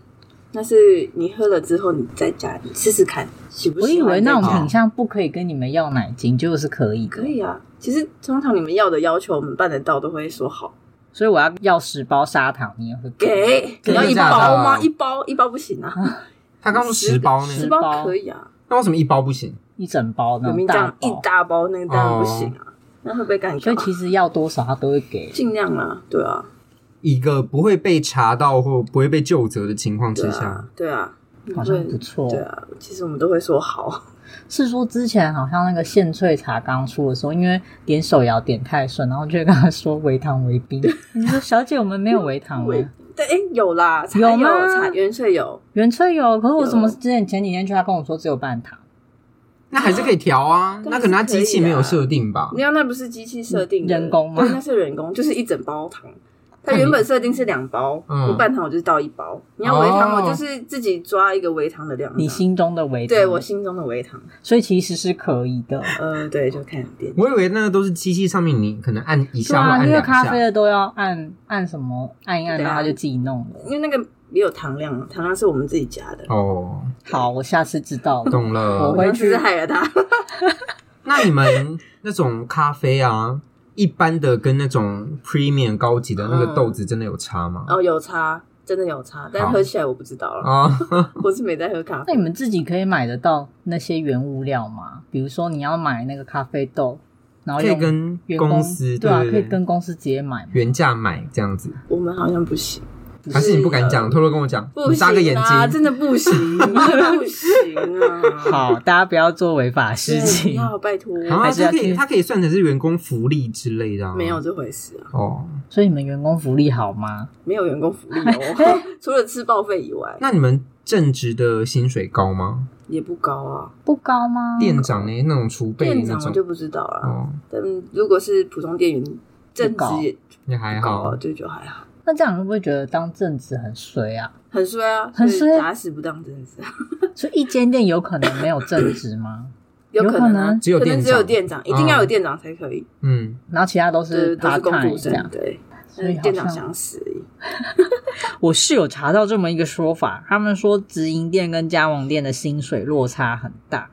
Speaker 3: 那是你喝了之后你再加，你试试看喜不
Speaker 1: 我
Speaker 3: 喜
Speaker 1: 以
Speaker 3: 欢。
Speaker 1: 为那种
Speaker 3: 再加
Speaker 1: 品相不可以跟你们要奶精，结果是可以的
Speaker 3: 可。以啊。其实通常你们要的要求，我们办得到都会说好
Speaker 1: 所以我要要十包砂糖，你也会
Speaker 3: 给。
Speaker 2: 真的
Speaker 3: 你要一
Speaker 2: 假的
Speaker 3: 包吗？一包一包不
Speaker 1: [laughs]
Speaker 3: 行啊，
Speaker 2: 他刚说十包
Speaker 1: 啊十
Speaker 2: 呢，
Speaker 3: 包可以啊。
Speaker 2: 那为什么一包不行？
Speaker 1: 一整包那
Speaker 3: 有
Speaker 1: 种
Speaker 3: 名
Speaker 1: 大
Speaker 3: 酱
Speaker 1: 包哦
Speaker 3: 一，大包，那个当然不行啊，那会被干
Speaker 1: 所
Speaker 3: 掉
Speaker 1: 以。其实要多少他都会给。
Speaker 3: 尽量啊，对啊，
Speaker 2: 一个不会被查到或不会被就责的情况
Speaker 3: 对
Speaker 2: 之下
Speaker 3: 啊，，对啊，
Speaker 1: 好像不错
Speaker 3: 对啊，其实我们都会说好， [laughs]
Speaker 1: 是说之前好像那个现萃茶刚出的时候，因为点手摇点太顺，然后就跟他说微糖微冰。你说小姐，我们没有微糖
Speaker 2: [laughs]
Speaker 3: 微
Speaker 1: 吗？
Speaker 3: 对，哎，有啦，茶
Speaker 1: 有
Speaker 3: 有
Speaker 1: 吗
Speaker 3: 茶原萃有，
Speaker 1: 原萃有，可是我
Speaker 3: 有
Speaker 1: 怎么之前前几天去，他跟我说只有半糖？
Speaker 2: 那还是可以调啊。
Speaker 3: 对
Speaker 2: 那可能他机器没有设定吧。
Speaker 3: 你看那不是啊机器设定的
Speaker 1: 人工吗
Speaker 3: 对，那是人工，就是一整包糖。它原本设定是两包，
Speaker 2: 啊嗯
Speaker 3: 我半糖我就是倒一包。你要微糖，
Speaker 2: 哦
Speaker 3: 我就是自己抓一个微糖的量。啊
Speaker 1: 你心中的微糖，
Speaker 3: 对我，心中的微糖，
Speaker 1: 所以其实是可以的。
Speaker 3: 呃，对，就看点。
Speaker 2: 我以为那个都是机器上面，你可能按一
Speaker 1: 对
Speaker 2: 下或
Speaker 1: 啊，
Speaker 2: 按
Speaker 1: 因为
Speaker 2: 两
Speaker 1: 咖啡
Speaker 2: 下。
Speaker 1: 的都要按按什么按一按，
Speaker 3: 对啊
Speaker 1: 然后他就自己弄了。
Speaker 3: 因为那个也有糖量嘛，糖量是我们自己加的，
Speaker 2: 哦，
Speaker 1: 好，我下次知道了。
Speaker 2: 懂
Speaker 1: 我
Speaker 2: 了。
Speaker 1: 回
Speaker 3: 我
Speaker 1: 去
Speaker 3: 是害了他。 [laughs]
Speaker 2: 那你们那种咖啡啊，一般的跟那种 premium 高级的那个豆子真的有差吗？
Speaker 3: 哦，有差，真的有差，但
Speaker 2: 好
Speaker 3: 喝起来我不知道了，
Speaker 2: 啊，
Speaker 3: 我是没在喝咖
Speaker 1: 那
Speaker 3: 啡
Speaker 1: 你。们自己可以买得到那些原物料吗？比如说你要买那个咖啡豆，然后
Speaker 2: 可以
Speaker 1: 用
Speaker 2: 跟
Speaker 1: 员工
Speaker 2: 公司
Speaker 1: 对啊，可以
Speaker 2: 对
Speaker 1: 跟公司直接买嘛。
Speaker 2: 原价买这样子，
Speaker 3: 我们好像不行，
Speaker 2: 还是你不敢讲，偷偷跟我讲，
Speaker 3: 不
Speaker 2: 你
Speaker 3: 行
Speaker 2: 眨个眼
Speaker 3: 啊，
Speaker 2: 睛，
Speaker 3: 真的不行，不
Speaker 2: [laughs]
Speaker 3: 行啊！，
Speaker 1: [laughs] 好，大家不要做违法的事情。
Speaker 3: 要拜托，
Speaker 2: 啊，
Speaker 1: 还是要
Speaker 2: 它可以
Speaker 1: 听
Speaker 2: 它可以算成是员工福利之类的、啊，
Speaker 3: 没有这回事啊，
Speaker 2: 哦。
Speaker 1: 所以你们员工福利好吗？
Speaker 3: 没有员工福利
Speaker 1: [laughs]
Speaker 3: 哦，除了吃报费以外，
Speaker 2: 那你们正职的薪水高吗？
Speaker 3: 也不高啊。
Speaker 1: 不高吗？
Speaker 2: 店长呢？那种储备
Speaker 3: 店
Speaker 2: 那
Speaker 3: 长我
Speaker 2: 种
Speaker 3: 就不知道了，
Speaker 2: 哦，
Speaker 3: 但如果是普通店员，正职
Speaker 1: 嗯高
Speaker 3: 也
Speaker 2: 也还
Speaker 3: 高
Speaker 2: 好
Speaker 3: 啊，。对，就还好。
Speaker 1: 那这样会不会觉得当正职很衰啊？
Speaker 3: 很衰啊，
Speaker 1: 很
Speaker 3: 所以
Speaker 1: 衰
Speaker 3: 打死不当真是，啊
Speaker 1: 所以一间店有可能没有正职 [laughs] 吗？
Speaker 3: 有可能
Speaker 1: 有可
Speaker 3: 啊
Speaker 1: 能
Speaker 2: 只有
Speaker 3: 可能
Speaker 2: 店
Speaker 3: 只有
Speaker 2: 长
Speaker 3: 店长，一定要有店长才可以。
Speaker 2: 嗯，
Speaker 1: 然后其他都
Speaker 3: 对，
Speaker 1: 是
Speaker 3: 都是
Speaker 1: part
Speaker 3: 工
Speaker 1: time
Speaker 3: 读
Speaker 1: 这
Speaker 3: 生，
Speaker 1: 样。
Speaker 3: 对，
Speaker 1: 所以好
Speaker 3: 店长
Speaker 1: 像
Speaker 3: 想死而已。
Speaker 1: 我是有查到这么一个说法，他们说直营店跟加盟店的薪水落差很大。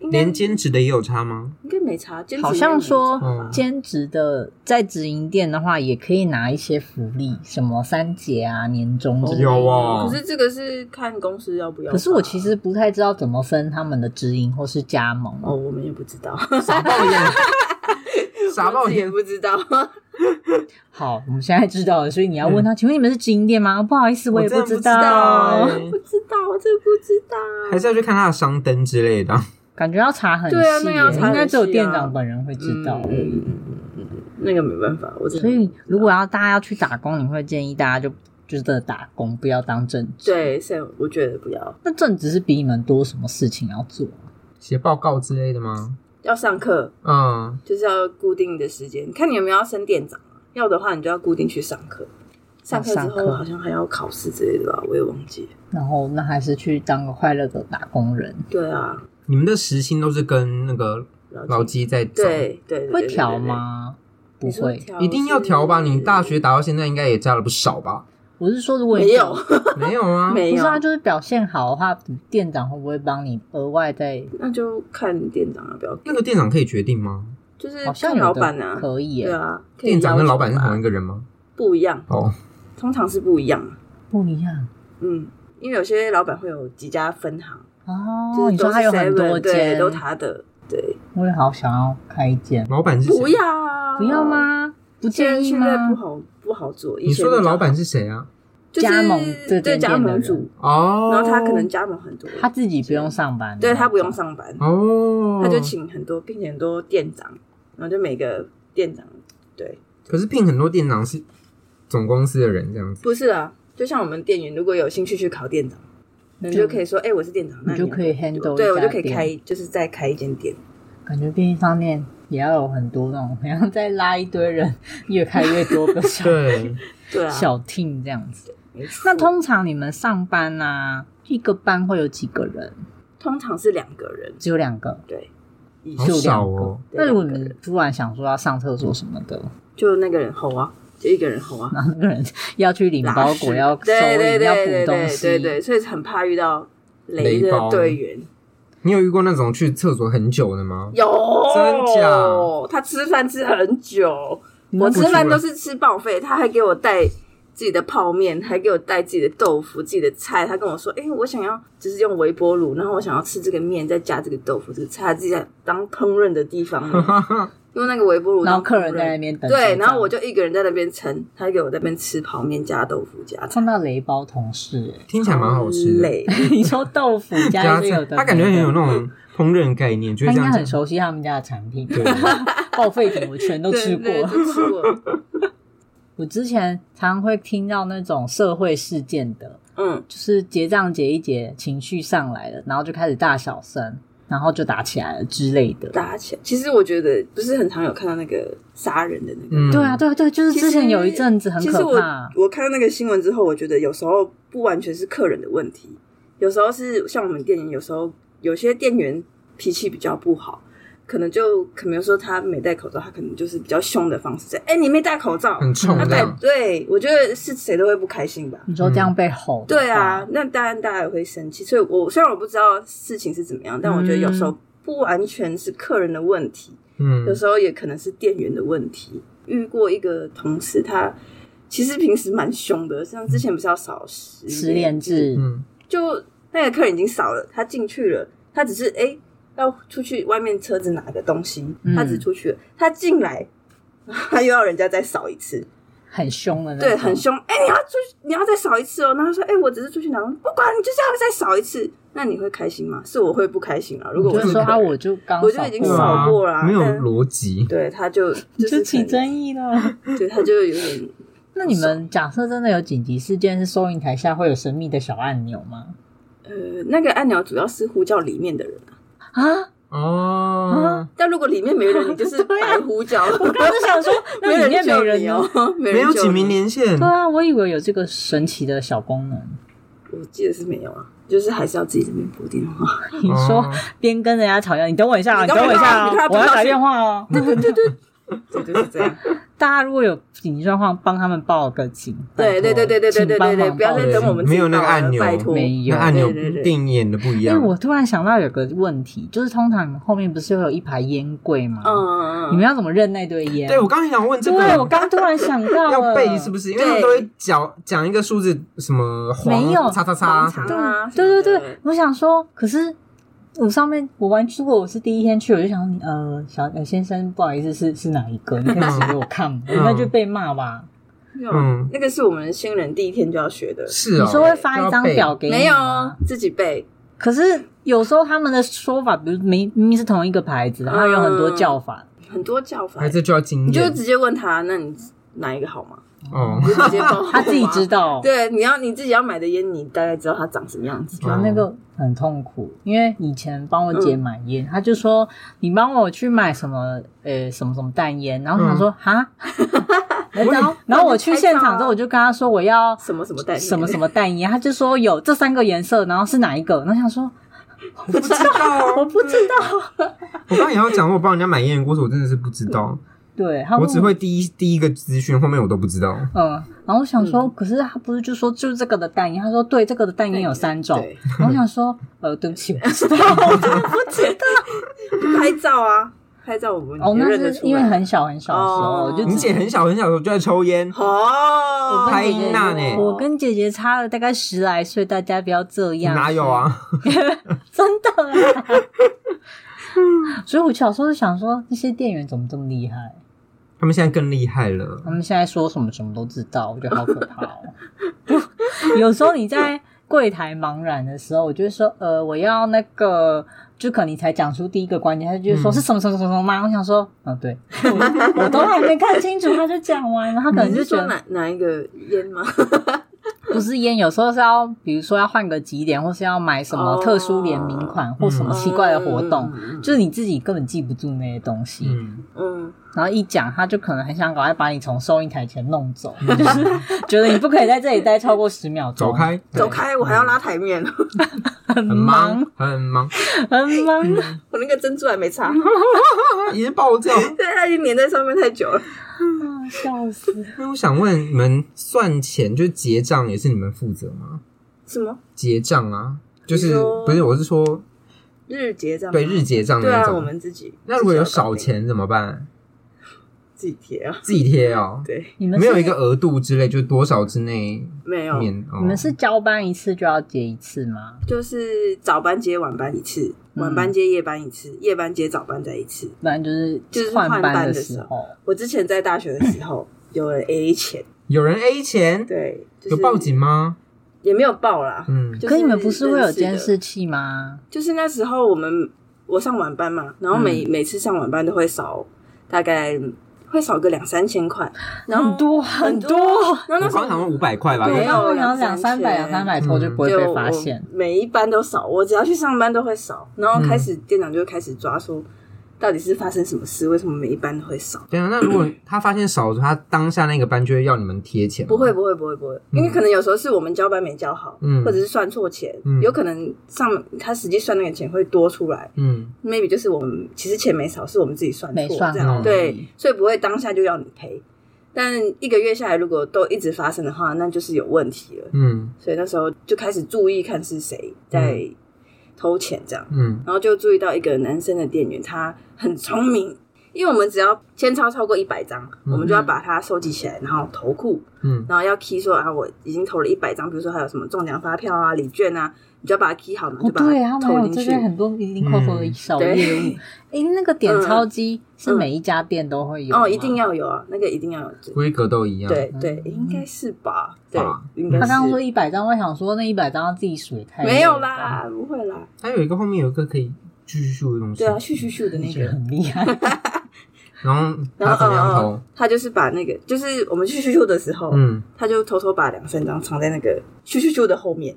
Speaker 3: 应该
Speaker 2: 连兼职的也有差吗？
Speaker 3: 应该没差，兼职
Speaker 1: 好像说
Speaker 3: 应该没差吧
Speaker 1: 兼职的在直营店的话，也可以拿一些福利，什么三节啊、年终之类的。
Speaker 2: 有哦
Speaker 3: 可是这个是看公司要不要吧。
Speaker 1: 可是我其实不太知道怎么分他们的直营或是加盟。
Speaker 3: 哦，我们也不知
Speaker 2: [laughs]
Speaker 3: 道，
Speaker 2: 傻爆眼，傻
Speaker 3: 我
Speaker 2: 爆
Speaker 3: 自己也
Speaker 2: 眼，
Speaker 3: 不
Speaker 1: [laughs]
Speaker 3: 知道。
Speaker 1: 好，我们现在知道了，所以你要
Speaker 3: 嗯
Speaker 1: 问他，请问你们是直营店吗？不好意思，
Speaker 2: 我
Speaker 1: 也
Speaker 2: 真的不
Speaker 1: 知
Speaker 2: 知道
Speaker 1: 道，
Speaker 2: 欸
Speaker 3: 不知道，我真的不知道。
Speaker 2: 还是要去看他的商登之类的。 [laughs]
Speaker 1: 感觉要查很细耶、
Speaker 3: 对啊那要查很细啊
Speaker 1: 应该只有店长本人会知道。欸
Speaker 3: 嗯，那个没办法，我真的
Speaker 1: 所以，如果要大家要去打工，你会建议大家就就是真的打工，不要当正职。，
Speaker 3: 对，所以我觉得不要，
Speaker 1: 那正职是比你们多什么事情要做？
Speaker 2: 写报告之类的吗？
Speaker 3: 要上课
Speaker 2: 嗯，
Speaker 3: 就是要固定的时间，看你有没有要升店长。要的话，你就要固定去上课。上课之
Speaker 1: 哦上课
Speaker 3: 后好像还要考试之类的吧，我也忘记了。
Speaker 1: 然后那还是去当个快乐的打工人，
Speaker 3: 对啊，
Speaker 2: 你们的时薪都是跟那个劳基在走，
Speaker 3: 对对对对
Speaker 1: 会调？吗？不会
Speaker 3: 对对对你，说调
Speaker 2: 一定要调吧？
Speaker 3: 是
Speaker 2: 你大学打到现在应该也加了不少吧？ [laughs]
Speaker 1: 我是说如果你
Speaker 3: 没有
Speaker 2: 没有啊，
Speaker 1: 不
Speaker 3: 没
Speaker 1: 是
Speaker 3: 有
Speaker 1: 啊，就是表现好的话，店长会不会帮你额外再？
Speaker 3: 那就看店长要不要，
Speaker 2: 那个店长可以决定吗？
Speaker 3: 就是
Speaker 1: 好像
Speaker 3: 看
Speaker 1: 有
Speaker 3: 老
Speaker 1: 的
Speaker 3: 板啊，
Speaker 1: 可以耶
Speaker 3: 对啊，可以
Speaker 2: 店长跟老板是
Speaker 3: 要求吧
Speaker 2: 同一个人吗？
Speaker 3: 不一样，
Speaker 2: 哦，
Speaker 3: 通常是不一样。啊
Speaker 1: 不一样
Speaker 3: 嗯，因为有些老板会有几家分行，
Speaker 1: 哦。
Speaker 3: 就是
Speaker 1: 你说
Speaker 3: 都是
Speaker 1: 他有很多
Speaker 3: 7-Eleven，对，
Speaker 1: 间，
Speaker 3: 都他的，对，
Speaker 1: 我也好想要开一间，
Speaker 2: 老板是谁
Speaker 3: 不，要啊
Speaker 1: 不要？吗？不
Speaker 3: 现在
Speaker 1: 建议
Speaker 3: 现在不
Speaker 1: 吗？
Speaker 3: 好不好做。
Speaker 2: 你说的老板是谁啊？
Speaker 3: 就是
Speaker 1: 加盟这间
Speaker 3: 对
Speaker 1: 店
Speaker 3: 加
Speaker 1: 的
Speaker 3: 盟
Speaker 1: 人
Speaker 3: 主，
Speaker 2: 哦，
Speaker 3: 然后他可能加盟很多，
Speaker 1: 他自己不用上班，
Speaker 3: 对他不用。上班，
Speaker 2: 哦，
Speaker 3: 他就请很多，并且很多店长，然后就每个店长对，
Speaker 2: 可是聘很多店长是总公司的人这样
Speaker 3: [laughs]
Speaker 2: 子，
Speaker 3: 不是啊，就像我们店员如果有兴趣去考店长，你
Speaker 1: 就
Speaker 3: 就可以说，哎，我是店长，那
Speaker 1: 你就
Speaker 3: 要
Speaker 1: 可以 handle
Speaker 3: 对
Speaker 1: 一
Speaker 3: 我
Speaker 1: 家
Speaker 3: 就可以
Speaker 1: 店
Speaker 3: 开，就是再开一间店，
Speaker 1: 感觉便利商店也要有很多那种，好像再拉一堆人，越开越多个小
Speaker 2: 对，
Speaker 3: [laughs] 对啊，
Speaker 1: 小 team 这样子。
Speaker 3: 没错
Speaker 1: 那通常你们上班啊，一个班会有几个人？
Speaker 3: 通常是两个人
Speaker 1: 只有两个。
Speaker 3: 对以
Speaker 2: 好
Speaker 3: 上。
Speaker 2: 少哦，
Speaker 3: 对
Speaker 1: 那如果你
Speaker 3: 两个人
Speaker 1: 们突然想说要上厕所什么的，
Speaker 3: 就那个人吼啊，就一个人吼啊，
Speaker 1: 然后那个人 [laughs] 要去领包
Speaker 3: 拉屎
Speaker 1: 裹、要收
Speaker 3: 对对
Speaker 1: 银、
Speaker 3: 对
Speaker 1: 要补
Speaker 3: 对
Speaker 1: 东
Speaker 3: 对
Speaker 1: 西，
Speaker 3: 对对，所以很怕遇到雷
Speaker 2: 雷
Speaker 3: 的
Speaker 2: 包
Speaker 3: 队员。
Speaker 2: 你有遇过那种去厕所很久的吗？
Speaker 3: 有
Speaker 2: 真假
Speaker 3: 他吃饭吃很久，
Speaker 1: 你
Speaker 3: 我
Speaker 1: 们
Speaker 3: 吃
Speaker 2: 不
Speaker 3: 饭
Speaker 2: 出
Speaker 3: 都
Speaker 2: 来
Speaker 3: 是吃报废，他还给我带。自己的泡面，还给我带自己的豆腐、自己的菜。他跟我说：“哎、我想要就是用微波炉，然后我想要吃这个面，再加这个豆腐、这个菜，他自己当烹饪的
Speaker 2: [laughs]
Speaker 3: 地方呢，用那个微波炉
Speaker 1: 然后
Speaker 3: 当
Speaker 1: 客
Speaker 3: 烹饪。
Speaker 1: 人在那边等结账，
Speaker 3: 对，然后我就一个人在那边盛，他给我在那边吃泡面加豆腐加菜，
Speaker 1: 碰到雷包同事、
Speaker 3: [laughs]
Speaker 1: 欸
Speaker 2: 听起来蛮好吃的，
Speaker 3: 累，
Speaker 1: 你说豆腐加
Speaker 3: 啊
Speaker 2: 加
Speaker 1: 一些有的没
Speaker 2: 菜
Speaker 1: 的，
Speaker 2: 他感觉很有那种烹饪概念，就
Speaker 1: 他
Speaker 2: 是这
Speaker 1: 应该
Speaker 2: 样
Speaker 1: 很
Speaker 2: 子。
Speaker 1: 熟悉他们家的产
Speaker 3: [laughs]
Speaker 1: 品， [laughs]
Speaker 2: 对，
Speaker 1: 报废品我全 [laughs] 都
Speaker 3: 对
Speaker 1: 吃
Speaker 3: 对
Speaker 1: 过。
Speaker 3: 都吃过。
Speaker 1: 我之前常会听到那种社会事件的，
Speaker 3: 嗯，
Speaker 1: 就是结账结一结，情绪上来了，然后就开始大小声，然后就打起来了之类的。
Speaker 3: 打起来。其实我觉得不是很常有看到那个杀人的那个。
Speaker 2: 嗯，
Speaker 1: 对啊，对啊，对啊，就是
Speaker 3: 其实
Speaker 1: 之前有一阵子很
Speaker 3: 其实
Speaker 1: 可
Speaker 3: 我
Speaker 1: 怕，
Speaker 3: 我看到那个新闻之后，我觉得有时候不完全是客人的问题，有时候是像我们店员，有时候有些店员脾气比较不好，可能就可能说他没戴口罩，他可能就是比较凶的方式在，哎、你没戴口罩，
Speaker 2: 很冲
Speaker 3: 他
Speaker 2: 这
Speaker 3: 戴
Speaker 2: 样。
Speaker 3: 对，我觉得是谁都会不开心吧。
Speaker 1: 你说这样被吼，
Speaker 3: 对啊，，那当然大家也会生气，所以我虽然我不知道事情是怎么样，但我觉得有
Speaker 1: 嗯
Speaker 3: 时候不完全是客人的问题，
Speaker 2: 嗯
Speaker 3: 有，时候也可能是店员的问题。遇过一个同事，他其实平时蛮凶的，像之前不是要扫十
Speaker 1: 十连，制，
Speaker 2: 嗯，
Speaker 3: 就那个客人已经扫了，他进去了，他只是哎、诶要出去外面车子拿个东西，
Speaker 1: 嗯
Speaker 3: 他只出去了，他进来。他又要人家再扫一次，
Speaker 1: 很凶的那种，
Speaker 3: 对，很。凶。哎、你要出去，你要再扫一次哦。然后他说，哎、我只是出去拿东西，不管你就是要再扫一次。那你会开心吗？是我会不开心啊。如果
Speaker 1: 就
Speaker 3: 我是
Speaker 1: 是说
Speaker 3: 客
Speaker 1: 啊，
Speaker 3: 人
Speaker 1: 我就刚
Speaker 3: 我就
Speaker 1: 扫
Speaker 3: 已经
Speaker 1: 过
Speaker 2: 对
Speaker 1: 了
Speaker 3: 扫
Speaker 2: 啊
Speaker 3: 过啦
Speaker 2: 没有
Speaker 3: 但
Speaker 2: 逻辑。
Speaker 3: 对他就
Speaker 1: 你
Speaker 3: 是
Speaker 1: 就起
Speaker 3: 可能
Speaker 1: 争议
Speaker 3: [laughs]
Speaker 1: 了。
Speaker 3: 对他就有点
Speaker 1: 那你们假设真的有紧急事件，是收银台下会有神秘的小按钮吗？
Speaker 3: 呃，那个按钮主要是呼叫里面的人啊， [laughs]
Speaker 1: 啊，
Speaker 2: 哦，
Speaker 3: 但如果里面没人，你就是
Speaker 1: [laughs] 对啊
Speaker 3: 白呼叫。
Speaker 1: 我刚刚想说，
Speaker 3: [laughs] 没
Speaker 1: 那里面
Speaker 3: 救
Speaker 1: 没人
Speaker 3: 你
Speaker 1: 哦。
Speaker 3: 哦， [laughs] 没
Speaker 2: 没
Speaker 3: 人
Speaker 2: 有
Speaker 3: 救
Speaker 2: 指名
Speaker 3: 你，
Speaker 2: 连线
Speaker 1: 对，啊，我以为有这个神奇的小功能。
Speaker 3: 我记得是没有啊，就是还是要自己这边拨
Speaker 1: [laughs]
Speaker 3: 电话。
Speaker 1: 你说
Speaker 2: 哦
Speaker 1: 边跟人家吵架，你等我一下，
Speaker 3: 你
Speaker 1: 等
Speaker 3: 等我
Speaker 1: 我
Speaker 3: 一
Speaker 1: 一
Speaker 3: 下
Speaker 1: 下哦
Speaker 3: 你看他，不
Speaker 1: 我要
Speaker 3: 高
Speaker 1: 打
Speaker 3: 兴
Speaker 1: 电话哦。
Speaker 3: [laughs] 对对对，对，就是这样。
Speaker 1: 大家如果有紧急状况，帮他们报个警。
Speaker 3: 对对对对对对对对对，不要
Speaker 1: 再
Speaker 3: 再等我们自
Speaker 2: 没
Speaker 3: 己
Speaker 2: 有那个
Speaker 3: 报了
Speaker 2: 按钮
Speaker 3: 拜托，
Speaker 1: 没有
Speaker 2: 那按钮
Speaker 3: 对对对
Speaker 2: 电影演的不一
Speaker 1: 因
Speaker 2: 样
Speaker 1: 为。哎我突然想到有个问题，就是通常你们后面不是会有一排烟柜吗？
Speaker 3: 嗯，嗯
Speaker 1: 你
Speaker 3: 嗯
Speaker 1: 们要怎么认那堆烟？
Speaker 2: 对我刚刚想问这
Speaker 1: 对我
Speaker 2: 个，
Speaker 1: 刚突然想到
Speaker 2: 要
Speaker 1: 了，
Speaker 2: 背是不是？因为他们
Speaker 3: 对
Speaker 2: 都会讲讲一个数字，什么黄
Speaker 1: 没有
Speaker 2: 叉叉叉
Speaker 3: 黄叉
Speaker 2: 什么
Speaker 1: 对
Speaker 3: 啊
Speaker 1: 对
Speaker 3: 什
Speaker 1: 对
Speaker 3: 么的
Speaker 1: 对，我想说，可是我上面我完，如果我是第一天去，我就想说你呃，小呃先生，不好意思，是是哪一个？你可以指给我
Speaker 2: [laughs]
Speaker 1: 看吗？那就被骂吧。
Speaker 3: 没有
Speaker 2: 嗯
Speaker 3: 那个是我们新人第一天就要学的，
Speaker 2: 是
Speaker 1: 你
Speaker 2: 哦，
Speaker 1: 说会发一张表给你
Speaker 3: 没有啊
Speaker 1: 吗
Speaker 3: 自己背。
Speaker 1: 可是有时候他们的说法，比如明明明是同一个牌子，然后有很多叫法，
Speaker 3: 很多叫法
Speaker 2: 还，这就要经
Speaker 3: 你就
Speaker 2: 验
Speaker 3: 直接问他，那你哪一个好吗？
Speaker 2: 哦
Speaker 3: 你。就直接报
Speaker 1: 他自己知
Speaker 3: 道。
Speaker 1: 道。
Speaker 3: 对，你要你自己要买的烟，你大概知道它长什么样子。
Speaker 1: 觉得那个很痛苦，因为以前帮我姐买烟，她就说你帮我去买什么呃什么什么淡烟，然后她说哈，然后然后我去现场之后，我就跟她说我要
Speaker 3: 什么什么代
Speaker 1: 什么什么淡烟，她就说有这三个颜色，然后是哪一个？然后想说
Speaker 2: 我不知道，
Speaker 1: 我不知道，
Speaker 2: 我刚刚也要讲，我帮人家买烟的故事，我真的是不知道，
Speaker 1: 对，她问
Speaker 2: 我只会第一第一个资讯，后面我都不知道。
Speaker 1: 嗯，然后我想说，可是她不是就说就是这个的淡烟，她说对，这个的淡烟有三种，
Speaker 3: 对，
Speaker 1: 然后我想说呃对不起，我不知道。
Speaker 3: 就拍照啊，拍照我们
Speaker 1: 哦，
Speaker 3: 也
Speaker 1: 那
Speaker 3: 认得
Speaker 1: 是
Speaker 3: 出来。
Speaker 1: 因为很小很小的时候，我
Speaker 3: 哦
Speaker 1: 就
Speaker 2: 你
Speaker 1: 只
Speaker 2: 姐很小很小的时候就在抽烟，
Speaker 3: 哦，
Speaker 2: 拍音呐呢
Speaker 1: 我跟姐姐差了大概十来岁，大家不要这
Speaker 3: 嗯
Speaker 1: 样。
Speaker 2: 哪有？啊？
Speaker 1: [laughs] 真的啊、 [laughs] 所以我小时候就想说，那些店员怎么这么厉害？
Speaker 2: 他们现在更厉害了
Speaker 1: 他。们现在说什么什么都知道，我觉得好可怕哦。 [laughs] 有时候你在柜台茫然的时候，我就会说，呃，我要那个。就可能你才讲出第一个关键，他就说
Speaker 2: 嗯
Speaker 1: 是什么什么什么什么吗？我想说，嗯，对， [laughs] 我我都还没看清楚，他就讲完了，他可能
Speaker 3: 你
Speaker 1: 就是觉
Speaker 3: 说
Speaker 1: 得
Speaker 3: 哪哪一个烟吗？ [laughs]
Speaker 1: 不是烟，有时候是要，比如说要换个几点，或是要买什么特殊联名款，或什么奇怪的活动，
Speaker 3: 哦嗯
Speaker 1: 就是你自己根本记不住那些东西，
Speaker 2: 嗯，
Speaker 3: 嗯，
Speaker 1: 然后一讲，他就可能很想赶快把你从收银台前弄
Speaker 3: [laughs]
Speaker 1: 走，就是觉得你不可以在这里待超过十秒钟，
Speaker 2: 走，开，
Speaker 3: 走开，我还要拉台面，
Speaker 1: 嗯很
Speaker 2: 很
Speaker 1: 忙
Speaker 2: 忙，，很忙，
Speaker 1: 很
Speaker 2: [laughs]
Speaker 1: 忙。
Speaker 3: [laughs]
Speaker 1: 啊
Speaker 3: 我那个珍珠还没擦， [laughs]
Speaker 2: 啊已经爆掉。
Speaker 3: 对，它已经粘在上面太久了。
Speaker 1: 啊，笑死！
Speaker 2: 那我想问，你们算钱就是结账也是你们负责吗？
Speaker 3: 什么
Speaker 2: 结账啊，就是
Speaker 3: 你说
Speaker 2: 不是？我是说
Speaker 3: 日结账？
Speaker 2: 对日结账的
Speaker 3: 对
Speaker 2: 那
Speaker 3: 啊，我
Speaker 2: 种。
Speaker 3: 们自己。
Speaker 2: 那如果有
Speaker 3: 自己要搞
Speaker 2: 少
Speaker 3: 定，
Speaker 2: 钱怎么办？
Speaker 3: 自己贴啊。
Speaker 2: 自己贴哦，
Speaker 3: 对，
Speaker 1: 你们
Speaker 2: 没有
Speaker 1: 是
Speaker 2: 一个额度之类，就多少之内
Speaker 3: 没有，
Speaker 2: 免。哦
Speaker 1: 你们是交班一次就要结一次吗？
Speaker 3: 就是早班接晚班一次，
Speaker 1: 嗯
Speaker 3: 晚班接夜班一次，夜班接早班再一次。
Speaker 1: 不然就是
Speaker 3: 就是
Speaker 1: 换
Speaker 3: 换
Speaker 1: 班
Speaker 3: 班
Speaker 1: 的
Speaker 3: 的
Speaker 1: 时
Speaker 3: 时
Speaker 1: 候，
Speaker 3: 我之前在大学的时候有人 A 钱，
Speaker 2: 有人 A 钱，
Speaker 3: 对，就
Speaker 2: 嗯
Speaker 3: 是
Speaker 2: 有报警吗？
Speaker 3: 也没有报啦。
Speaker 2: 嗯，
Speaker 3: 就是
Speaker 1: 可你们不是会有
Speaker 3: 认识的
Speaker 1: 监视器吗？
Speaker 3: 就是那时候我们我上晚班嘛，然后每、
Speaker 2: 嗯
Speaker 3: 每次上晚班都会少大概会少个两三千块，然后
Speaker 1: 很多很多，
Speaker 3: 然后
Speaker 2: 我
Speaker 3: 那时
Speaker 2: 刚
Speaker 3: 候
Speaker 2: 想问五百块吧，
Speaker 1: 对，
Speaker 3: 没
Speaker 2: 因为
Speaker 1: 要不
Speaker 3: 有
Speaker 1: 然
Speaker 3: 两
Speaker 1: 两
Speaker 3: 三
Speaker 1: 三百、
Speaker 3: 千
Speaker 1: 两三百头就不会
Speaker 3: 就
Speaker 1: 被发现。
Speaker 3: 我每一班都少，我只要去上班都会少，然后开始、
Speaker 2: 嗯
Speaker 3: 店长就会开始抓说。到底是发生什么事？为什么每一班都会少？
Speaker 2: 对啊，那如果
Speaker 3: [clears throat]
Speaker 2: 他发现少的时候，他当下那个班就会要你们贴钱吗，
Speaker 3: 不会，不会，不会，不会，因为可能有时候是我们交班没交好，
Speaker 2: 嗯
Speaker 3: 或者是算错钱，
Speaker 2: 嗯
Speaker 3: 有可能上他实际算那个钱会多出来
Speaker 2: 嗯，
Speaker 3: ，maybe 就是我们其实钱没少，是我们自己算
Speaker 1: 没
Speaker 3: 错
Speaker 1: 算
Speaker 3: 这样，
Speaker 2: 好
Speaker 3: 对，所以不会当下就要你赔。但一个月下来，如果都一直发生的话，那就是有问题了。
Speaker 2: 嗯
Speaker 3: 所以那时候就开始注意看是谁在偷钱这样，
Speaker 2: 嗯
Speaker 3: 然后就注意到一个男生的店员，他很聪明，因为我们只要签超超过一百张，
Speaker 2: 嗯
Speaker 3: 我们就要把它收集起来，然后投库，
Speaker 2: 嗯
Speaker 3: 然后要 key 说啊，我已经投了一百张，比如说还有什么中奖发票啊、礼券啊，你就要把它 key 好，然
Speaker 1: 哦，
Speaker 3: 后就把它
Speaker 1: 对，他们
Speaker 3: 投
Speaker 1: 有
Speaker 3: 进
Speaker 1: 这
Speaker 3: 去。
Speaker 1: 边很多零零扣扣的小
Speaker 3: 对嗯
Speaker 1: 业
Speaker 3: [laughs]
Speaker 1: 务。诶，那个点钞机是每一家店都会有吗
Speaker 3: 哦，一定。要有啊，那个一定要有。
Speaker 2: 规格都一样，
Speaker 3: 对对，应该是吧？对
Speaker 2: 吧，
Speaker 3: 应该
Speaker 1: 嗯他
Speaker 3: 是。
Speaker 1: 刚刚说一百张，我想说那一百张要自己数也太
Speaker 3: 没有
Speaker 1: 累了吧，
Speaker 3: 啦，不会啦。
Speaker 2: 还有一个后面有一个可以咻咻咻的东西，
Speaker 3: 对啊，咻咻咻的那
Speaker 1: 觉得
Speaker 3: 个，
Speaker 1: 很厉
Speaker 3: [laughs]
Speaker 1: 害。
Speaker 2: 然后他
Speaker 3: 然后呃
Speaker 2: 怎么样
Speaker 3: 嗯
Speaker 2: 投
Speaker 3: 嗯？，他就是把那个，就是我们咻咻咻的时候，
Speaker 2: 嗯，
Speaker 3: 他就偷偷把两三张藏在那个咻咻咻的后面，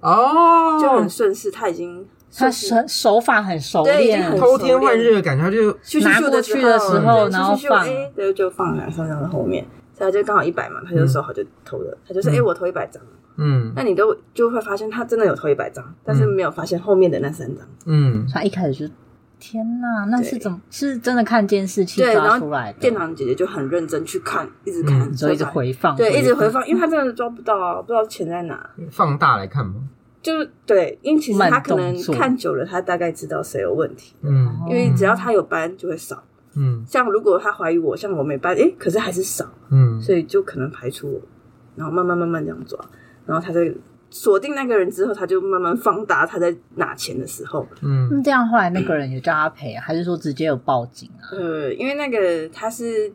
Speaker 2: 哦，
Speaker 3: 就很顺势。他已经
Speaker 1: 他
Speaker 3: 顺势
Speaker 1: 手手法很熟
Speaker 3: 对已经
Speaker 1: 练，
Speaker 3: 很
Speaker 2: 偷天换日的感觉，他就
Speaker 3: 咻咻
Speaker 1: 拿
Speaker 3: 咻
Speaker 1: 过
Speaker 3: 时
Speaker 1: 去
Speaker 3: 候
Speaker 1: 的时候
Speaker 3: 对
Speaker 1: 然后
Speaker 3: 咻咻咻
Speaker 1: 放
Speaker 3: 哎对，就放两三张在后面。所以他就刚好一百嘛，
Speaker 1: 嗯
Speaker 3: 他就说好就投了，他就说
Speaker 2: 嗯
Speaker 3: 哎、我投一百张，
Speaker 2: 嗯
Speaker 3: 那你都
Speaker 1: 嗯
Speaker 3: 就会发现他真的有投一百张，但是没有发现后面的那三张，
Speaker 2: 嗯，
Speaker 1: 他一开始就天哪，那是
Speaker 3: 对
Speaker 1: 怎么是真的看监视器
Speaker 3: 对，然
Speaker 1: 抓出
Speaker 3: 后
Speaker 1: 来的？
Speaker 3: 店长姐姐就很认真去看，一直看，
Speaker 2: 嗯
Speaker 1: 你说一直
Speaker 3: 抓出来
Speaker 1: 回放，
Speaker 3: 对，一直回放，因为他真的抓不到啊，不知道钱在哪。
Speaker 2: 放大来看嘛，
Speaker 3: 就是对，因为其实他
Speaker 1: 慢
Speaker 3: 可
Speaker 1: 动
Speaker 3: 能
Speaker 1: 作
Speaker 3: 看久了，他大概知道谁有问题，
Speaker 2: 嗯
Speaker 1: 哦
Speaker 3: 因为只要他有搬就会少。
Speaker 2: 嗯
Speaker 3: 像如果他怀疑我，像我没搬，诶，可是还是少，
Speaker 2: 嗯，
Speaker 3: 所以就可能排除我，然后慢慢慢慢这样抓，然后他在锁定那个人之后，他就慢慢放大他在拿钱的时候，
Speaker 2: 嗯
Speaker 1: 那这样后来那个人有叫他赔啊，还是说直接有报警啊？
Speaker 3: 呃，因为那个他是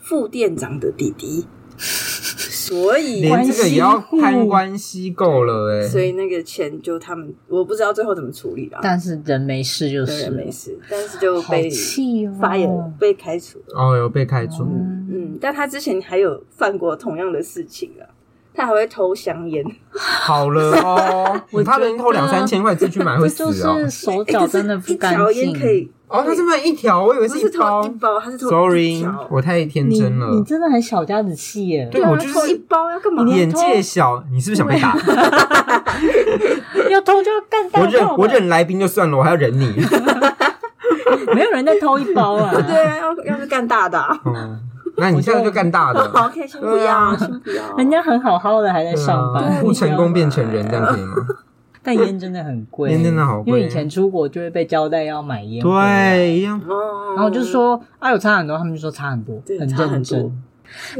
Speaker 3: 副店长的弟弟，所以
Speaker 2: 连这个也要
Speaker 1: 关系户
Speaker 2: 攀关系够了哎、
Speaker 3: 所以那个钱就他们，我不知道最后怎么处理啦，
Speaker 1: 但是人没事就
Speaker 3: 对
Speaker 1: 是
Speaker 3: 没
Speaker 1: 了，
Speaker 3: 事，但是就
Speaker 1: 好
Speaker 3: 被
Speaker 1: 气哦，
Speaker 3: 发言了被开除了。
Speaker 2: 哦，有被开除，
Speaker 1: 嗯
Speaker 3: 嗯，但他之前还有犯过同样的事情啊，他还会偷香烟，
Speaker 2: 好了
Speaker 3: [laughs]
Speaker 2: 哦，
Speaker 1: 我觉得
Speaker 2: 他人头两三千块自己去买
Speaker 1: 这
Speaker 2: 会死
Speaker 1: 就是
Speaker 2: 哦。
Speaker 1: 手
Speaker 3: 欸可
Speaker 1: 脚
Speaker 3: 是
Speaker 1: 真的不
Speaker 3: 一
Speaker 1: 干
Speaker 3: 条
Speaker 1: 净。
Speaker 3: 烟可以，
Speaker 2: 哦，他是卖一条，我以为
Speaker 3: 不是
Speaker 2: 一包
Speaker 3: 偷一。包，他是偷一
Speaker 2: Sorry，
Speaker 3: 条，
Speaker 2: 我太天
Speaker 1: 你
Speaker 2: 真
Speaker 1: 你
Speaker 2: 了。
Speaker 1: 真的很小家子气耶。
Speaker 2: 对
Speaker 3: 啊
Speaker 2: 我就是
Speaker 3: 偷一包要干嘛？
Speaker 1: 你连
Speaker 2: 眼界小，你是不是想被打？
Speaker 1: [laughs] 要偷就要干大
Speaker 2: 我
Speaker 1: 爆的
Speaker 2: 忍我，忍来宾就算了，我还要忍你。
Speaker 1: 没有人在偷一包啊。
Speaker 3: [laughs] 对啊，要要是干大的啊，
Speaker 2: 嗯，那你现在就干大
Speaker 3: [laughs] 好
Speaker 2: 的，
Speaker 3: ，OK，先不
Speaker 2: 对啊
Speaker 3: 要，先不要，
Speaker 1: 嗯人家很好好的还在
Speaker 2: 对啊
Speaker 1: 上班，
Speaker 2: 不
Speaker 1: 你知道
Speaker 2: 成
Speaker 1: 吗
Speaker 2: 功变成人，这样可以吗？
Speaker 1: 但烟真的很贵，
Speaker 2: 烟真的好贵
Speaker 1: 因为以前出国就会被交代要买烟，。
Speaker 2: 对，一样。
Speaker 3: 哦，
Speaker 1: 然后我就说啊，有差很多，他们就说差很多，
Speaker 3: 对
Speaker 1: 很
Speaker 3: 差很
Speaker 1: 认
Speaker 3: 多
Speaker 1: 真。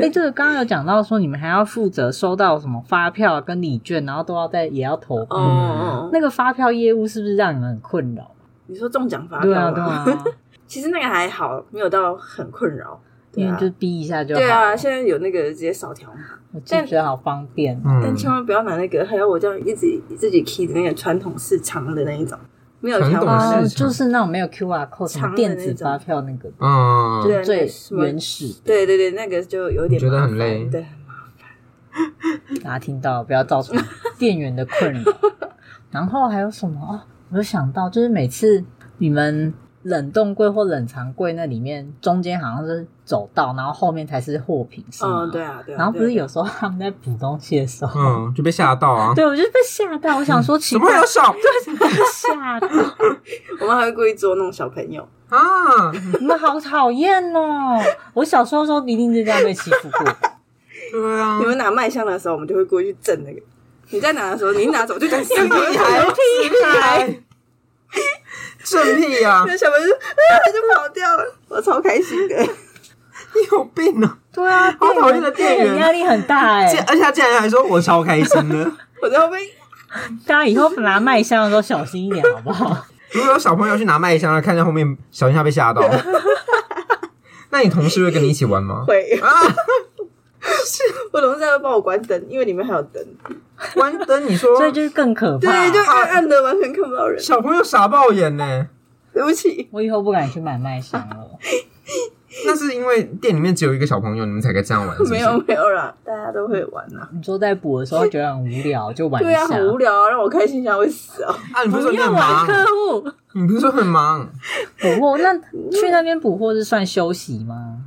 Speaker 1: 哎，这个刚刚有讲到说，你们还要负责收到什么发票啊跟礼券，然后都要在也要投。
Speaker 3: 哦，哦，哦
Speaker 1: 那个发票业务是不是让你们很困扰？
Speaker 3: 你说中奖发
Speaker 1: 对
Speaker 3: 票
Speaker 1: 啊，
Speaker 3: 吗
Speaker 1: 对
Speaker 3: [laughs]
Speaker 1: 啊，
Speaker 3: 其实那个还好，没有到很困扰，对
Speaker 1: 因
Speaker 3: 啊
Speaker 1: 为，就逼一下就好。嗯
Speaker 3: 对啊，现在有那个直接扫条码，
Speaker 1: 我就觉得好方便。
Speaker 2: 嗯
Speaker 3: 但，千万不要拿那个，还有我这样一直自己 key 的那个传统市场的那一种，没有条
Speaker 2: 传统
Speaker 3: 码
Speaker 2: 市
Speaker 1: 哦，
Speaker 2: 场
Speaker 1: 就是那种没有 QR code 什么
Speaker 3: 长的
Speaker 1: 电
Speaker 3: 那
Speaker 1: 子
Speaker 3: 种
Speaker 1: 发票那个，
Speaker 2: 嗯，
Speaker 3: 对啊
Speaker 1: 最
Speaker 3: 什么
Speaker 1: 原始的。
Speaker 3: 对对对，那个就有
Speaker 2: 你
Speaker 3: 点
Speaker 2: 觉得很
Speaker 3: 麻烦
Speaker 2: 累
Speaker 3: 对，
Speaker 1: 大家听到不要造
Speaker 3: [laughs]
Speaker 1: 成店员的困扰。然后还有什么？哦，我有想到，就是每次你们冷冻柜或冷藏柜那里面，中间好像是走道，然后后面才是货品，是吗？
Speaker 3: 嗯，对。啊，对啊。
Speaker 1: 然后不是
Speaker 3: 对啊
Speaker 1: 有时候他们在补东西的时候，
Speaker 2: 嗯，就被吓到啊！
Speaker 1: 对我就被吓到，我想说奇
Speaker 2: 怎嗯么会
Speaker 1: 怪
Speaker 2: 有，手
Speaker 1: 吓到
Speaker 3: 我们还会故意捉弄小朋友，
Speaker 2: 啊？
Speaker 1: 你们好讨厌哦！我小时候的时候一定是这样被欺负
Speaker 3: [laughs]
Speaker 1: 过。
Speaker 2: 对啊
Speaker 3: 你，们拿麦香的时候，我们就会故意去震那个。你在拿的时候，你一拿走就
Speaker 1: [laughs]
Speaker 3: 讲死
Speaker 2: 屁孩，屁孩， [laughs] 正屁啊！
Speaker 3: 那小朋友就啊就跑掉了，我超开心的。
Speaker 2: 你有病啊！
Speaker 1: 对啊，
Speaker 2: 好讨厌的店员
Speaker 1: 店压力很大哎、
Speaker 2: 而且他竟然还说我超开心的。
Speaker 3: 我在后面，
Speaker 1: 大家以后拿麦香的时候小心一点，好不
Speaker 3: [laughs]
Speaker 1: 好？
Speaker 2: 如果有小朋友去拿麦香，看见后面小心他被吓到。那你同事会跟你一起玩
Speaker 3: [laughs]
Speaker 2: 吗？
Speaker 3: 会
Speaker 2: 啊！
Speaker 3: 我同事还会帮我关灯，因为里面还有灯，
Speaker 2: 关灯，你说
Speaker 1: 所以就是更可怕。
Speaker 3: 对，就暗暗的，完全看不到人。
Speaker 2: 小朋友傻爆眼呢？
Speaker 3: 对不起，
Speaker 1: 我以后不敢去买麦香了。
Speaker 2: 那是因为店里面只有一个小朋友，你们才可以这样玩，是不是
Speaker 3: 没有没有啦，大家都会玩啦。
Speaker 1: 你说在补的时候觉得很无聊，就玩一
Speaker 3: 对啊，
Speaker 1: 下。
Speaker 3: 很无聊啊，让我开心一下会死啊。
Speaker 2: 啊，你不是说你
Speaker 1: 要
Speaker 2: 很
Speaker 1: 玩
Speaker 2: 忙？
Speaker 1: 客户
Speaker 2: 你不是说很忙？
Speaker 1: 补货，那去那边补货是算休息吗？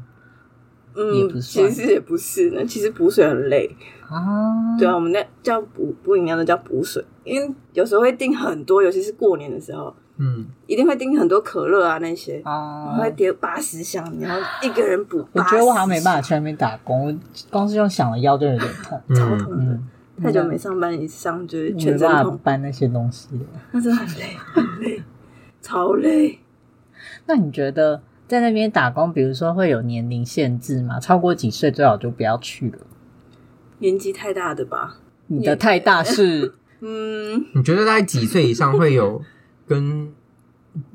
Speaker 1: 也不
Speaker 3: 嗯，
Speaker 1: 算
Speaker 3: 其实也不是呢，其实补水很累。
Speaker 1: 啊，
Speaker 3: 对啊，我们那叫补补饮料都叫补水，因为有时候会订很多，尤其是过年的时候，
Speaker 2: 嗯，
Speaker 3: 一定会订很多可乐啊那些，
Speaker 1: 啊，
Speaker 3: 会叠八十箱，然后一个人补
Speaker 1: 嗯我
Speaker 3: 八十箱。
Speaker 1: 觉得我好像没办法去那边打工，我光是用想了腰就有点痛。
Speaker 3: 超
Speaker 2: 嗯，
Speaker 3: 痛的，
Speaker 1: 嗯，
Speaker 3: 太久没上班，一上就是
Speaker 1: 我
Speaker 3: 全
Speaker 1: 没
Speaker 3: 身
Speaker 1: 办法
Speaker 3: 痛，
Speaker 1: 搬那些东西了。
Speaker 3: 那真的很累，很累，超累。
Speaker 1: 那你觉得在那边打工，比如说会有年龄限制吗？超过几岁最好就不要去了。
Speaker 3: 年纪太大的吧？
Speaker 1: 你的太大是
Speaker 3: 嗯，
Speaker 2: 你觉得大概几岁以上会有跟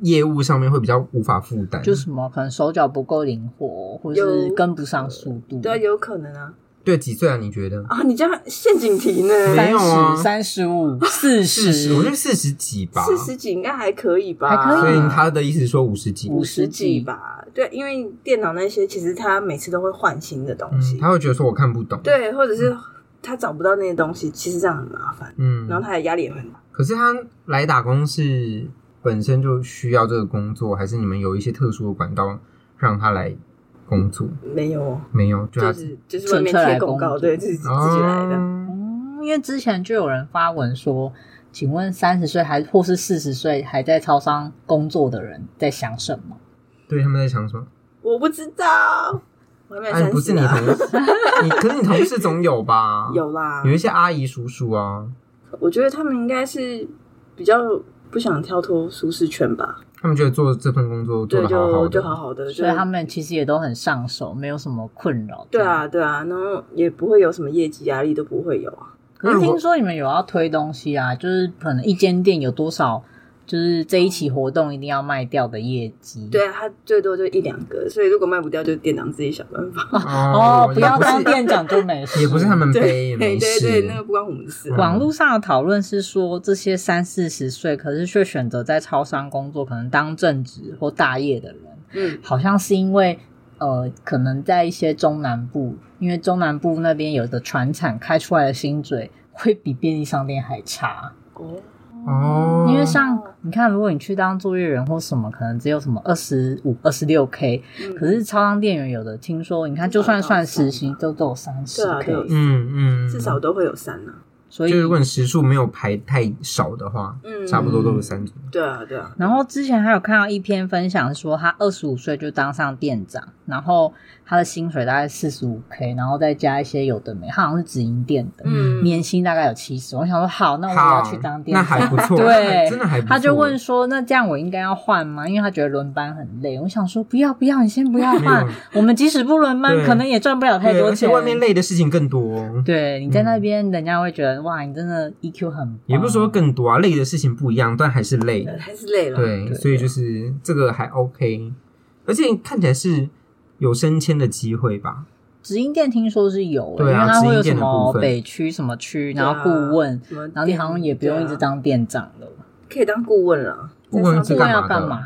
Speaker 2: 业务上面会比较无法负
Speaker 1: [laughs]
Speaker 2: 担？
Speaker 1: 就什么，可能手脚不够灵活，或是
Speaker 3: 有
Speaker 1: 跟不上速度。
Speaker 3: 对啊，有可能啊。
Speaker 2: 对几岁啊？你觉得？
Speaker 3: 啊，你这样陷阱题呢？
Speaker 2: 没有
Speaker 1: 30、
Speaker 2: 啊
Speaker 1: 三十五、四
Speaker 2: 四十，我觉
Speaker 1: 十
Speaker 2: 得，四十几吧。
Speaker 3: 四十几应该还可以吧？
Speaker 1: 还可啊
Speaker 2: 所以他的意思是说五十几，
Speaker 1: 五
Speaker 3: 五
Speaker 1: 十
Speaker 3: 十
Speaker 1: 几
Speaker 3: 几吧？对，因为电脑那些其实它每次都会换新的东西
Speaker 2: 嗯，，他会觉得说我看不懂。，
Speaker 3: 对，或者是他找不到那些东西，其实这样很麻烦，
Speaker 2: 嗯，
Speaker 3: 然后他的压力也很大。
Speaker 2: 可是他来打工是本身就需要这个工作，还是你们有一些特殊的管道让他来工作？
Speaker 3: 没有哦，
Speaker 2: 没有，就他
Speaker 3: 就
Speaker 2: 自己
Speaker 3: 是就是外面贴广告，对，自己自己来的。
Speaker 2: 哦
Speaker 1: 嗯，因为之前就有人发文说，请问三十岁还或是四十岁还在超商工作的人在想什么？
Speaker 2: 对，他们在想什么？
Speaker 3: 我不知道，我还没有
Speaker 2: 哎，
Speaker 3: 三
Speaker 2: 不
Speaker 3: 十
Speaker 2: 是你
Speaker 3: 啊
Speaker 2: 同事，你可是你同事总有吧？
Speaker 3: [laughs] 有啦
Speaker 2: 有，一些阿姨叔叔啊，
Speaker 3: 我觉得他们应该是比较不想跳脱舒适圈吧，
Speaker 2: 他们觉得做这份工作做
Speaker 3: 对，
Speaker 2: 的好
Speaker 3: 就
Speaker 2: 好
Speaker 3: 就
Speaker 2: 的，
Speaker 3: 好好的，
Speaker 1: 所以
Speaker 3: 就
Speaker 1: 他们其实也都很上手，没有什么困扰。
Speaker 3: 对啊，对啊，然后也不会有什么业绩压力，都不会有啊。
Speaker 1: 可是听说你们有要推东西啊，就是可能一间店有多少，就是这一期活动一定要卖掉的业绩。
Speaker 3: 对啊，他最多就一两个，所以如果卖不掉，就店长自己想办法。
Speaker 1: 哦，不
Speaker 2: 也
Speaker 1: 要
Speaker 2: 是
Speaker 1: 当店长就没事，
Speaker 2: [laughs] 也不是他们背，
Speaker 3: 对
Speaker 2: 也
Speaker 3: 对
Speaker 2: 没
Speaker 3: 对
Speaker 2: 事
Speaker 3: 对，。那个不关我们的事。
Speaker 2: 嗯
Speaker 1: 网络上的讨论是说，这些三四十岁可是却选择在超商工作，可能当正职或大业的人，
Speaker 3: 嗯，
Speaker 1: 好像是因为呃，可能在一些中南部，因为中南部那边有的船产开出来的薪水会比便利商店还差，
Speaker 3: 哦，
Speaker 2: 哦，
Speaker 3: 嗯
Speaker 1: 因为像你看，如果你去当作业人或什么，可能只有什么二十五、二十六 k，
Speaker 3: 嗯
Speaker 1: 可是超商店员有的听说，你看就算算实习都都有三十
Speaker 3: 对啊，对
Speaker 1: k，
Speaker 3: 啊，
Speaker 2: 嗯嗯，
Speaker 3: 至少都会有三啊。
Speaker 1: 所以
Speaker 2: 就如果你时数没有排太少的话，
Speaker 3: 嗯，
Speaker 2: 差不多都是三组。
Speaker 3: 对啊，对啊，
Speaker 1: 然后之前还有看到一篇分享说，他二十五岁就当上店长，然后他的薪水大概四十五 k，然后再加一些有的没，他好像是直营店的，
Speaker 3: 嗯
Speaker 1: 年薪大概有七十。我想说，好，那我也
Speaker 2: 好
Speaker 1: 要去当，店
Speaker 2: 那还
Speaker 1: 长。
Speaker 2: 不
Speaker 1: [laughs]
Speaker 2: 错，
Speaker 1: 对
Speaker 2: 真的还不错。
Speaker 1: 他就问说：“那这样我应该要换吗？”因为他觉得轮班很累。我想说：“不要不要，你先不要换
Speaker 2: 没有。
Speaker 1: 我们即使不轮班，
Speaker 2: 对
Speaker 1: 可能也赚不了太
Speaker 2: 对，
Speaker 1: 多
Speaker 2: 而且
Speaker 1: 钱。
Speaker 2: 外面累的事情更多。
Speaker 1: 对你在那边，人家会觉得哇，你真的 EQ 很棒。
Speaker 2: 也不是
Speaker 3: 哦
Speaker 2: 说更多啊，累的事情不一样，但还是累。
Speaker 3: 还是累了。
Speaker 2: 对，所以就是这个还 OK，而且看起来是有升迁的机会吧？
Speaker 1: 直营店听说是有、欸，
Speaker 2: 对啊
Speaker 1: 因为它会有
Speaker 2: 直
Speaker 1: 什
Speaker 2: 营店的
Speaker 1: 么
Speaker 2: 部分
Speaker 1: 北区什么区，
Speaker 3: 对
Speaker 1: 然
Speaker 3: 啊
Speaker 1: 后顾问，
Speaker 3: 什么店，
Speaker 1: 然后你好像也不用一直当店长了，
Speaker 3: 可以当顾问了。
Speaker 2: 顾问啊是
Speaker 1: 顾
Speaker 2: 干
Speaker 1: 问
Speaker 2: 嘛的
Speaker 1: 要干嘛？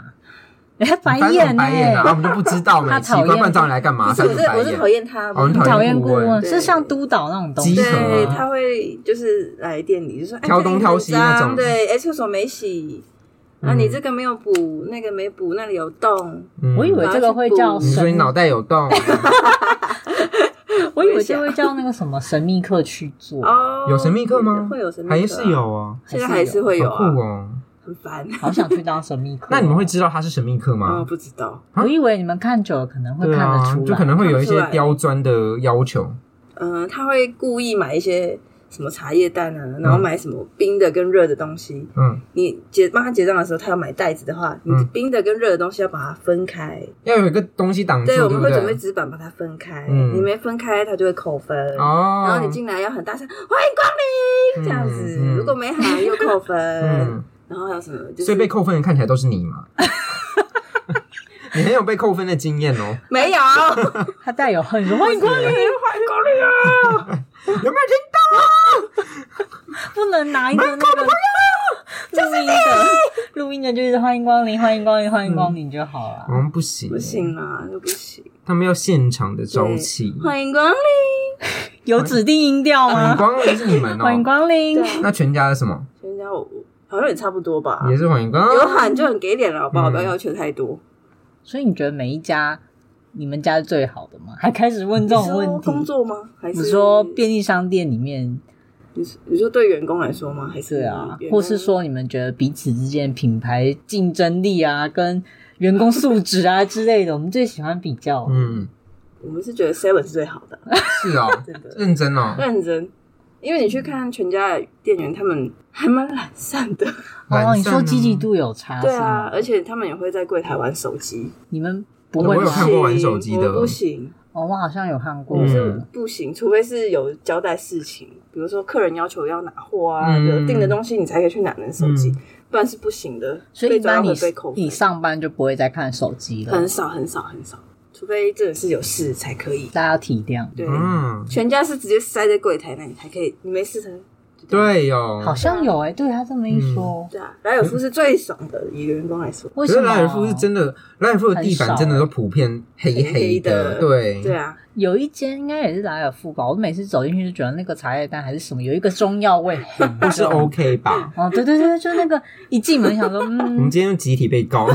Speaker 1: 哎、他白
Speaker 2: 翻什么
Speaker 1: 眼呢、
Speaker 2: 白
Speaker 3: 欸
Speaker 2: 眼
Speaker 1: [laughs]
Speaker 2: 啊，我们就不知
Speaker 3: [laughs]
Speaker 2: 道
Speaker 1: 他
Speaker 2: 没。奇
Speaker 1: 讨厌
Speaker 2: 怪，冠长来干嘛？
Speaker 3: 不是，
Speaker 2: 翻
Speaker 3: 我
Speaker 2: 什
Speaker 3: 是
Speaker 2: 么白
Speaker 3: 我是讨
Speaker 2: 眼？
Speaker 3: 厌他，
Speaker 2: 哦你讨
Speaker 1: 讨
Speaker 2: 厌
Speaker 1: 厌
Speaker 2: 顾
Speaker 1: 顾
Speaker 2: 问
Speaker 1: 问
Speaker 3: 对
Speaker 1: 是像督导那种东西
Speaker 2: 集合
Speaker 3: 对，
Speaker 2: 啊
Speaker 3: 他会就是来店里就说哎
Speaker 2: 挑东
Speaker 3: 这里
Speaker 2: 挑西
Speaker 3: 很脏
Speaker 2: 那种
Speaker 3: 对，哎，厕所没洗，啊，
Speaker 2: 嗯
Speaker 3: 你这个没有补，那个没补，那里有洞，
Speaker 2: 嗯
Speaker 1: 我以为这个会叫
Speaker 2: 你说你
Speaker 1: 神，
Speaker 2: 脑袋有
Speaker 3: [laughs]
Speaker 2: 洞，啊
Speaker 1: 我以为这会叫那个什么神秘客去做，
Speaker 3: 啊哦，
Speaker 2: 有神秘客吗
Speaker 3: 会有神秘客啊，
Speaker 2: 还是有啊，
Speaker 3: 现在还是
Speaker 1: 有。
Speaker 3: 会有
Speaker 2: 好酷
Speaker 3: 啊，
Speaker 2: 哦！
Speaker 3: 很烦。
Speaker 1: 好想去当神秘客。
Speaker 2: 那你们会知道他是神秘客
Speaker 3: [laughs] 啊，
Speaker 2: 吗？
Speaker 3: 不知道，
Speaker 1: 我以为你们看久了可能会
Speaker 2: 对
Speaker 1: 看得
Speaker 2: 啊
Speaker 1: 出来，，
Speaker 2: 就可能会有一些
Speaker 3: 看不出来
Speaker 2: 刁钻的要求。
Speaker 3: 嗯，他会故意买一些什么茶叶蛋啊，然后买什么冰的跟热的东西。
Speaker 2: 嗯，
Speaker 3: 你结帮他结账的时候，他要买袋子的话，你
Speaker 2: 嗯
Speaker 3: 冰的跟热的东西要把它分开。
Speaker 2: 要有一个东西挡住，
Speaker 3: 对，我
Speaker 2: 不
Speaker 3: 们会准备
Speaker 2: 对？
Speaker 3: 纸板把它分开，
Speaker 2: 嗯
Speaker 3: 你没分开，它就会扣分。
Speaker 2: 哦，
Speaker 3: 然后你进来要很大声欢迎光临，这样子。
Speaker 2: 嗯嗯
Speaker 3: 如果没喊又扣分。
Speaker 2: 嗯，
Speaker 3: [laughs] 然后还有什么？就
Speaker 2: 所
Speaker 3: 是
Speaker 2: 以被扣分的看起来都是你嘛。你很有被扣分的经验哦，[laughs]
Speaker 3: 没有，欢迎光
Speaker 1: 他带有恨说欢迎光临，
Speaker 3: 临啊！
Speaker 2: 有没有听
Speaker 1: 不能拿一个那个
Speaker 2: 啊
Speaker 1: 录音的录音的，就是欢迎光临，欢迎光临，欢迎光临就好了
Speaker 2: 到？。我们不行，
Speaker 3: [laughs]
Speaker 2: 欸
Speaker 3: 不，行啊，又不行。
Speaker 2: 他们要现场的朝气。
Speaker 3: 欢迎光临，
Speaker 1: 有指定音调
Speaker 2: 欢迎
Speaker 1: 吗？
Speaker 2: 光临是你们
Speaker 1: 欢迎
Speaker 2: 哦，
Speaker 1: 光临
Speaker 3: 对。啊
Speaker 2: 那全家是什么？
Speaker 3: 全家我好像也差不多吧。
Speaker 2: 也是欢迎光。
Speaker 3: 啊有喊就很给脸了，好不好？
Speaker 2: 嗯
Speaker 3: 不要要求太多。
Speaker 1: 所以你觉得每一家，你们家是最好的吗？还开始问这种问
Speaker 3: 你说工
Speaker 1: 题？
Speaker 3: 作吗？还是
Speaker 1: 你说便利商店里面，
Speaker 3: 你说你说对员工来说吗？还是
Speaker 1: 对啊
Speaker 3: 员，工
Speaker 1: 或是说你们觉得彼此之间品牌竞争力啊，跟员工素质啊之类的，我们最喜欢比较。哦
Speaker 2: 嗯，
Speaker 3: 我们是觉得 Seven 是最好
Speaker 1: [laughs]
Speaker 3: 的，
Speaker 2: 是
Speaker 3: [laughs]
Speaker 2: 哦，
Speaker 3: 真的
Speaker 2: 认真哦，
Speaker 3: 认真。因为你去看全家的店员，他们还蛮懒散的，
Speaker 1: 哦，你说积极
Speaker 2: 度，
Speaker 1: 度有差，
Speaker 3: 对
Speaker 1: 是
Speaker 3: 啊
Speaker 1: 吗，
Speaker 3: 而且他们也会在柜台玩手机，
Speaker 1: 你们不会
Speaker 2: 我有
Speaker 1: 吗？
Speaker 2: 看过玩手机的
Speaker 3: 我不行，
Speaker 1: 哦，我好像有看过。
Speaker 3: 我是
Speaker 2: 嗯
Speaker 3: 不行，除非是有交代事情，比如说客人要求要拿货啊，
Speaker 2: 嗯
Speaker 3: 有订的东西你才可以去拿人手机
Speaker 2: 嗯，
Speaker 3: 不然是不行的。
Speaker 1: 所以一
Speaker 3: 被抓
Speaker 1: 般你
Speaker 3: 会被扣分
Speaker 1: 你上班就不会再看手机了
Speaker 3: 很，少很少很少，除非真的是有事才可以。
Speaker 1: 大家要体谅。
Speaker 3: 对，
Speaker 2: 嗯，
Speaker 3: 全家是直接塞在柜台那里才可以，你没事才
Speaker 2: 对哦哟。
Speaker 1: 好像有哎、对他这么一说，
Speaker 3: 对啊。莱尔夫是最爽的，以员工来说，
Speaker 1: 为
Speaker 2: 嗯可
Speaker 1: 什
Speaker 2: 是
Speaker 1: 么
Speaker 2: 莱尔夫是真的，莱尔夫的地板真的都普遍黑
Speaker 3: 很
Speaker 2: 黑
Speaker 3: 黑的
Speaker 2: 对
Speaker 3: 对，啊，
Speaker 1: 有一间应该也是莱尔富吧，我每次走进去就觉得那个茶叶蛋还是什么，有一个中药味
Speaker 2: [laughs]
Speaker 1: 很
Speaker 2: 不是 OK 吧？
Speaker 1: 哦，对对对，就那个一进门想
Speaker 2: [laughs]
Speaker 1: 说，
Speaker 2: 我们
Speaker 1: 嗯，
Speaker 2: 今天集体被告，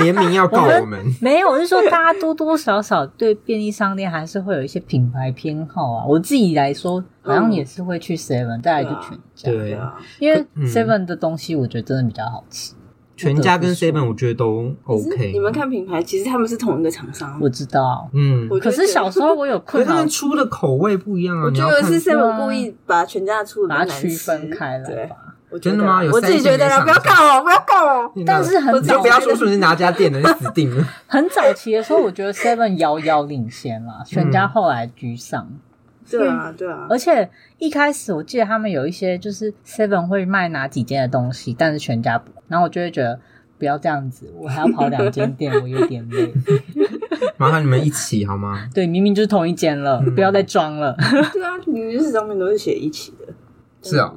Speaker 2: 联名要告我们。
Speaker 1: 没有，我是说大家多多少少对便利商店还是会有一些品牌偏好啊。我自己来说，好像也是会去 Seven，再来就全家，
Speaker 2: 对，
Speaker 3: 啊，
Speaker 1: 因为
Speaker 2: 嗯
Speaker 1: Seven 的东西我觉得真的比较好吃。
Speaker 2: 全家跟
Speaker 1: 不得不
Speaker 2: Seven
Speaker 1: 说
Speaker 2: 我觉得都
Speaker 3: 可是
Speaker 2: OK。
Speaker 3: 你们，看品牌，其实他们是同一个厂商。
Speaker 1: 我知道，
Speaker 2: 嗯，
Speaker 3: 我
Speaker 1: 可
Speaker 3: 就觉
Speaker 1: 是
Speaker 3: 得
Speaker 1: 小时候我有
Speaker 2: 可
Speaker 1: 困
Speaker 2: 是他
Speaker 1: 扰
Speaker 2: 们，出的口味不一样啊。
Speaker 3: 我
Speaker 2: 你
Speaker 3: 觉
Speaker 2: 要
Speaker 3: 得
Speaker 2: 看
Speaker 3: 是 seven
Speaker 1: 对啊
Speaker 3: 故意把全家出的
Speaker 1: 把它
Speaker 3: 比较难
Speaker 1: 区
Speaker 3: 吃
Speaker 1: 分开来
Speaker 3: 对，
Speaker 1: 吧。
Speaker 3: 我觉得啊
Speaker 2: 真的吗有
Speaker 3: 我自己
Speaker 2: 三
Speaker 3: 觉
Speaker 2: 线
Speaker 3: 得啦，
Speaker 2: 厂商
Speaker 3: 不要告我，不要告我。
Speaker 1: 但是很
Speaker 2: 你
Speaker 1: 早
Speaker 2: 就不要说是哪家店的，你死定了。
Speaker 1: 很早期的时候，我觉得 Seven 遥遥领先啦，全家后来居上。
Speaker 3: 对啊，对啊，
Speaker 1: 而且一开始我记得他们有一些就是 Seven 会卖哪几间的东西，但是全家不。然后我就会觉得不要这样子，我还要跑两间店，我有点
Speaker 2: [laughs]
Speaker 1: 累。
Speaker 2: 麻烦你们一起好吗？
Speaker 3: [laughs]
Speaker 1: 对，明明就是同一间了，
Speaker 2: 嗯
Speaker 1: 不要再装了。
Speaker 3: 对啊，你们日子上面都是写一起的。
Speaker 2: 是啊，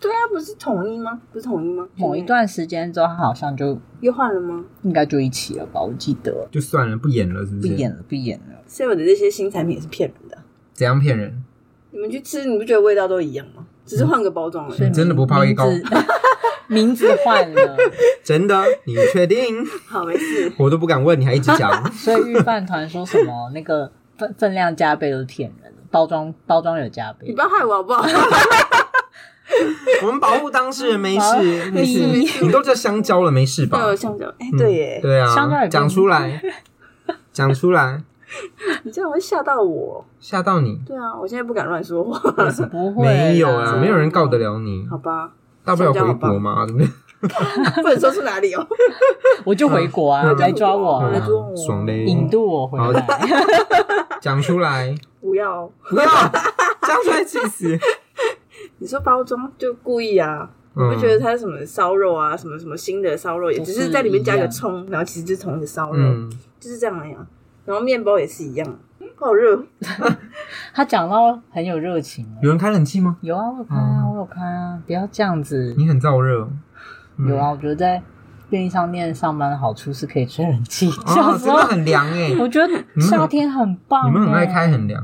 Speaker 3: 对啊，不是统一吗？不是统一吗？
Speaker 1: 某一段时间之后，好像就
Speaker 3: 又换了吗
Speaker 1: 应该就一起了吧？我记得
Speaker 2: 就算了，不演了，是不
Speaker 1: 不
Speaker 2: 是？
Speaker 1: 演了，不演了。
Speaker 3: ？seven 的这些新产品也是骗人的啊。
Speaker 2: 怎样骗人？
Speaker 3: 你们去吃，你不觉得味道都一样吗？只是换个包装而
Speaker 1: 所以
Speaker 2: 嗯
Speaker 3: 已。
Speaker 2: 真的不怕被
Speaker 1: 名
Speaker 2: 告
Speaker 1: 字 [laughs] 名字换了，。
Speaker 2: 真的？你确定？
Speaker 3: [laughs] 好，没事。
Speaker 2: 我都不敢问，你还一直
Speaker 3: [laughs]
Speaker 2: 讲
Speaker 1: 所以预饭团说什么那个分分量加倍都是骗人的，包装包装有加倍
Speaker 3: 你不。要害我好不好？
Speaker 2: 我们保护当事人，没
Speaker 1: 好
Speaker 2: 事，没事，
Speaker 1: 你
Speaker 2: 没事。你都叫香蕉了，没事吧
Speaker 3: 对，？我香蕉。哎
Speaker 2: 嗯，
Speaker 3: 对耶，
Speaker 2: 对
Speaker 1: 香蕉也
Speaker 2: 啊，
Speaker 1: 不
Speaker 2: 讲出来，讲出来，
Speaker 3: 你这样会吓到我。
Speaker 2: 吓到你？
Speaker 3: 对啊，我现在不敢乱
Speaker 2: [laughs]
Speaker 3: 说话。
Speaker 1: 不会啦，
Speaker 2: 没有
Speaker 3: 真
Speaker 2: 啊，
Speaker 3: 的
Speaker 2: 没有人告得了你，
Speaker 3: 好吧，
Speaker 2: 大不了回国嘛，对不对？
Speaker 3: 不能说出哪里哦。 [laughs]
Speaker 1: 我就回国啊，
Speaker 2: 嗯
Speaker 1: 来抓我
Speaker 3: 好
Speaker 1: 啊
Speaker 3: 嗯，来
Speaker 2: 啊
Speaker 3: 捉我
Speaker 2: 爽嘞！
Speaker 1: 引渡我回来。
Speaker 2: 讲出来，
Speaker 3: 不要哦，
Speaker 2: 不要讲出来，气死！
Speaker 3: 你说包装就故意啊。
Speaker 2: 嗯
Speaker 3: 你不觉得它是什么烧肉啊，什么什么新的烧肉，也
Speaker 1: 都是
Speaker 3: 只是在里面加一个
Speaker 1: 一样
Speaker 3: 葱，然后其实就是同一个烧肉，
Speaker 2: 嗯，
Speaker 3: 就是这样而已啊。然后面包也是一样，好热。
Speaker 1: [laughs] 他讲到很有热情哦，
Speaker 2: 有人开冷气吗？
Speaker 1: 有啊，我有看啊，
Speaker 2: 嗯
Speaker 1: 我有看啊，不要这样子。
Speaker 2: 你很燥热。嗯
Speaker 1: 有啊，，我觉得在便利商店上班的好处是可以吹冷气， [laughs]
Speaker 2: 啊，
Speaker 1: 小时
Speaker 2: 真的
Speaker 1: 候
Speaker 2: 很凉哎。
Speaker 1: 我觉得夏天很棒欸。
Speaker 2: 你们很爱开很凉。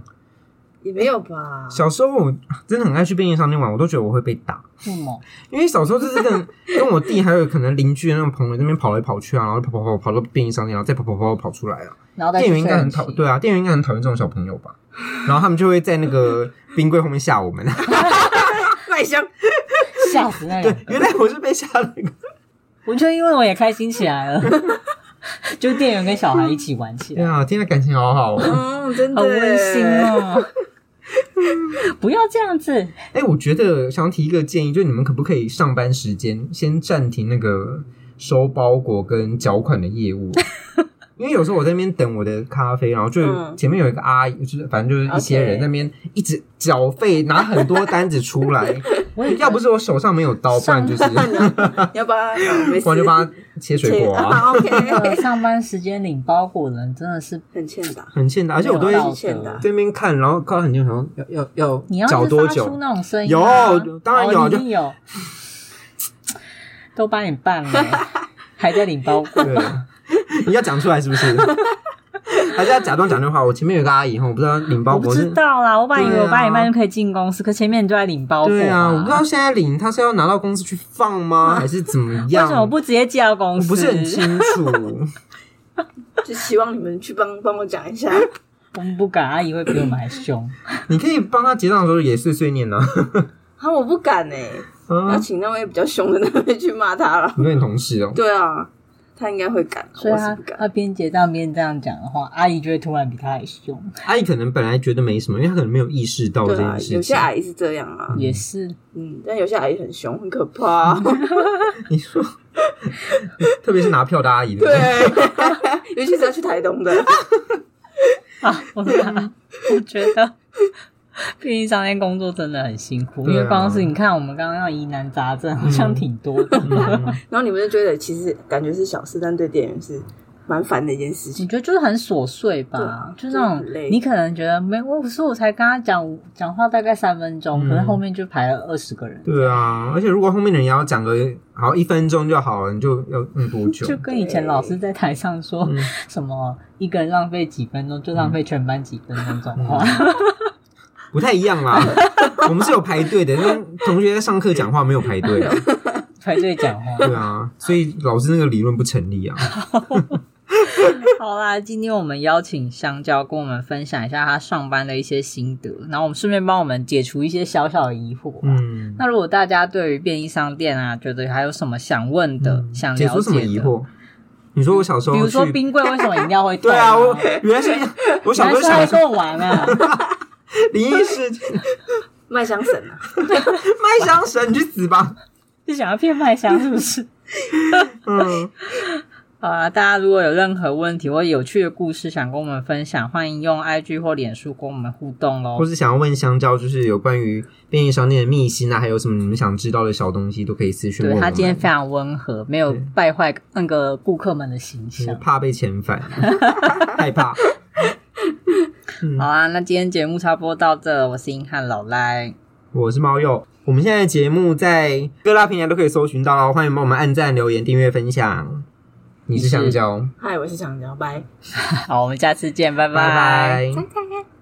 Speaker 3: 也没有吧？
Speaker 2: 小时候我真的很爱去便利商店玩，我都觉得我会被打，
Speaker 1: 为什么？
Speaker 2: 因为小时候就是跟跟我弟还有可能邻居的那种朋友在那边跑来跑去啊，然后跑跑跑跑到便利商店，然后再跑跑跑跑出来啊。
Speaker 1: 然后再去
Speaker 2: 店员应
Speaker 1: 吹
Speaker 2: 该很
Speaker 1: 冷气
Speaker 2: 讨，对啊，店员应该很讨厌这种小朋友吧？然后他们就会在那个冰柜后面吓我们。
Speaker 3: 麦
Speaker 2: [laughs]
Speaker 3: 香，
Speaker 1: 吓死那
Speaker 2: 对
Speaker 1: 人。，
Speaker 2: 原来我是被吓的那个。
Speaker 1: 我就因为我也开心起来了， [laughs] 就店员跟小孩一起玩起
Speaker 2: 对
Speaker 1: 来，
Speaker 2: 啊，今天的感情好
Speaker 1: [laughs]
Speaker 2: 好啊哦。
Speaker 3: 嗯，真的
Speaker 1: 好温馨。哦。 [laughs] 不要这样子，
Speaker 2: 哎、我觉得想提一个建议，就是你们可不可以上班时间先暂停那个收包裹跟缴款的
Speaker 1: [laughs]
Speaker 2: 业务？因为有时候我在那边等我的咖啡，然后就
Speaker 3: 嗯
Speaker 2: 前面有一个阿姨，就是反正就是一些人
Speaker 3: OK
Speaker 2: 在那边一直缴费，拿很多单子出来。
Speaker 1: [laughs] 我也啊
Speaker 2: 要不是我手上没有刀，不然就是
Speaker 3: 你要把它，好
Speaker 2: [laughs]
Speaker 3: 没事
Speaker 2: 不然就帮他切水果
Speaker 1: [laughs]
Speaker 2: 啊，
Speaker 3: 好 OK，
Speaker 2: [laughs]
Speaker 1: 呃上班时间领包裹的人真的是
Speaker 3: 很欠打。啊
Speaker 2: 很欠打。而且我都会
Speaker 1: 没有啊
Speaker 2: 在
Speaker 1: 道
Speaker 3: 欠打
Speaker 1: 德。
Speaker 2: 那边看，然后靠很久，想说要要
Speaker 1: 你
Speaker 2: 要
Speaker 1: 要
Speaker 2: 缴
Speaker 1: 是
Speaker 2: 多
Speaker 1: 发
Speaker 2: 久
Speaker 1: 出？那种声音、
Speaker 2: 有
Speaker 1: 啊，
Speaker 2: 当然有
Speaker 1: 哦、一
Speaker 2: 就
Speaker 1: 定有，都帮你
Speaker 2: [laughs]
Speaker 1: 办了，还在领包裹。
Speaker 2: 对，你要讲出来是不 [laughs] 是？还是要假装讲电话？我前面有个阿姨哈，啊我不知道领包
Speaker 1: 我
Speaker 2: 裹
Speaker 1: 不
Speaker 2: 是
Speaker 1: 知道啦，我本来以为
Speaker 2: 对啊
Speaker 1: 我八点半就可以进公司，可前面你就在领包裹、
Speaker 2: 对啊，我不知道现在领他是要拿到公司去放吗，还是怎 [laughs] 么样？
Speaker 1: 为什么不直接寄到公
Speaker 2: 我
Speaker 1: 司？
Speaker 2: 不是很清楚。
Speaker 3: 就希望你们去帮帮我讲一下。
Speaker 1: 我们不敢，阿姨会比我们还凶。
Speaker 2: 你可以帮他结账的时候也碎碎念 [laughs] 啊。
Speaker 3: 啊，我不敢哎、要
Speaker 2: 啊，
Speaker 3: 请那位比较凶的那位去骂他了。
Speaker 2: 你跟你同事哦，
Speaker 3: 对啊，他应该会敢，啊
Speaker 1: 所以
Speaker 3: 我是
Speaker 1: 他
Speaker 3: 不敢。
Speaker 1: 他边结账边这样讲的话，阿姨就会突然比他还凶。
Speaker 2: 阿姨可能本来觉得没什么，因为她可能没有意识到这
Speaker 3: 对
Speaker 2: 件
Speaker 3: 啊，
Speaker 2: 事
Speaker 3: 有些
Speaker 2: 情。
Speaker 3: 阿姨是这样啊，
Speaker 1: 也是，
Speaker 3: 嗯，但有些阿姨很凶，很可 [laughs] 怕。
Speaker 2: 你说， [laughs] 特别是拿票的阿姨，不
Speaker 3: 对， [laughs] 尤其是要去台东的，
Speaker 1: 啊，我
Speaker 2: [laughs]
Speaker 1: 我觉得。便利商店工作真的很辛苦，因为
Speaker 2: 对啊
Speaker 1: 光是你看我们刚刚那疑难杂症，好像挺多的。
Speaker 2: 嗯
Speaker 3: 然后你们就觉得其实感觉是小事，但对店员是蛮烦的一件事
Speaker 1: 我
Speaker 3: 情。
Speaker 1: 觉得就是很琐碎吧，
Speaker 3: 对啊
Speaker 1: 就那种
Speaker 3: 就是很累
Speaker 1: 你可能觉得没，我所以我才跟他讲讲话大概三分钟，
Speaker 2: 嗯
Speaker 1: 可是后面就排了二十个人，
Speaker 2: 对啊，而且如果后面的人也要讲个好一分钟就好了，你就要用多久？
Speaker 1: 就跟以前老师在台上说
Speaker 2: 嗯
Speaker 1: 什么一个人浪费几分钟就浪费全班几分钟这种话，
Speaker 2: 嗯不太一样啦。我们是有排队的，但同学在上课讲话没有排队啊，
Speaker 1: [laughs] 排队讲话。
Speaker 2: 对啊，所以老师那个理论不成立啊。
Speaker 1: 好啦，今天我们邀请香蕉跟我们分享一下他上班的一些心得，然后我们顺便帮我们解除一些小小的疑惑。
Speaker 2: 嗯，
Speaker 1: 那如果大家对于便利商店啊，觉得还有什么想问的、
Speaker 2: 嗯
Speaker 1: 想
Speaker 2: 解
Speaker 1: 了
Speaker 2: 除什
Speaker 1: 解
Speaker 2: 么
Speaker 1: 的，
Speaker 2: 疑惑？你说我小时候
Speaker 1: 比如说
Speaker 2: 去
Speaker 1: 冰柜为什么饮料 [laughs] 会动
Speaker 2: 对啊，我原来是我小
Speaker 1: 男
Speaker 2: 时候
Speaker 1: 生
Speaker 2: 想
Speaker 1: 还
Speaker 2: 说
Speaker 1: 跟我玩啊， [laughs]
Speaker 2: 灵异事件，
Speaker 3: 麦香神啊，
Speaker 2: 麦香神，你去死吧！
Speaker 1: 是想要骗麦香是不是？
Speaker 2: 嗯，
Speaker 1: [laughs] 好啊，大家如果有任何问题或有趣的故事想跟我们分享，欢迎用 IG 或脸书跟我们互动喽
Speaker 2: 或。是想要问香蕉，就是有关于便利商店的秘辛啊，还有什么你们想知道的小东西，都可以私讯问
Speaker 1: 对
Speaker 2: 我
Speaker 1: 他
Speaker 2: 们。
Speaker 1: 今天非常温和，没有
Speaker 2: 对
Speaker 1: 败坏那个顾客们的形
Speaker 2: 我
Speaker 1: 象。
Speaker 2: 嗯怕被遣返，
Speaker 1: [laughs]
Speaker 2: 害怕。嗯
Speaker 1: 好啊，那今天节目差不多到这，我是英汉老赖，
Speaker 2: 我是猫鼬，我们现在的节目在各大平台都可以搜寻到哦，欢迎帮我们按赞、留言、订阅、分享。你是香蕉，
Speaker 3: 嗨，我是香蕉，拜。
Speaker 1: 好，我们下次见，拜
Speaker 2: 拜拜。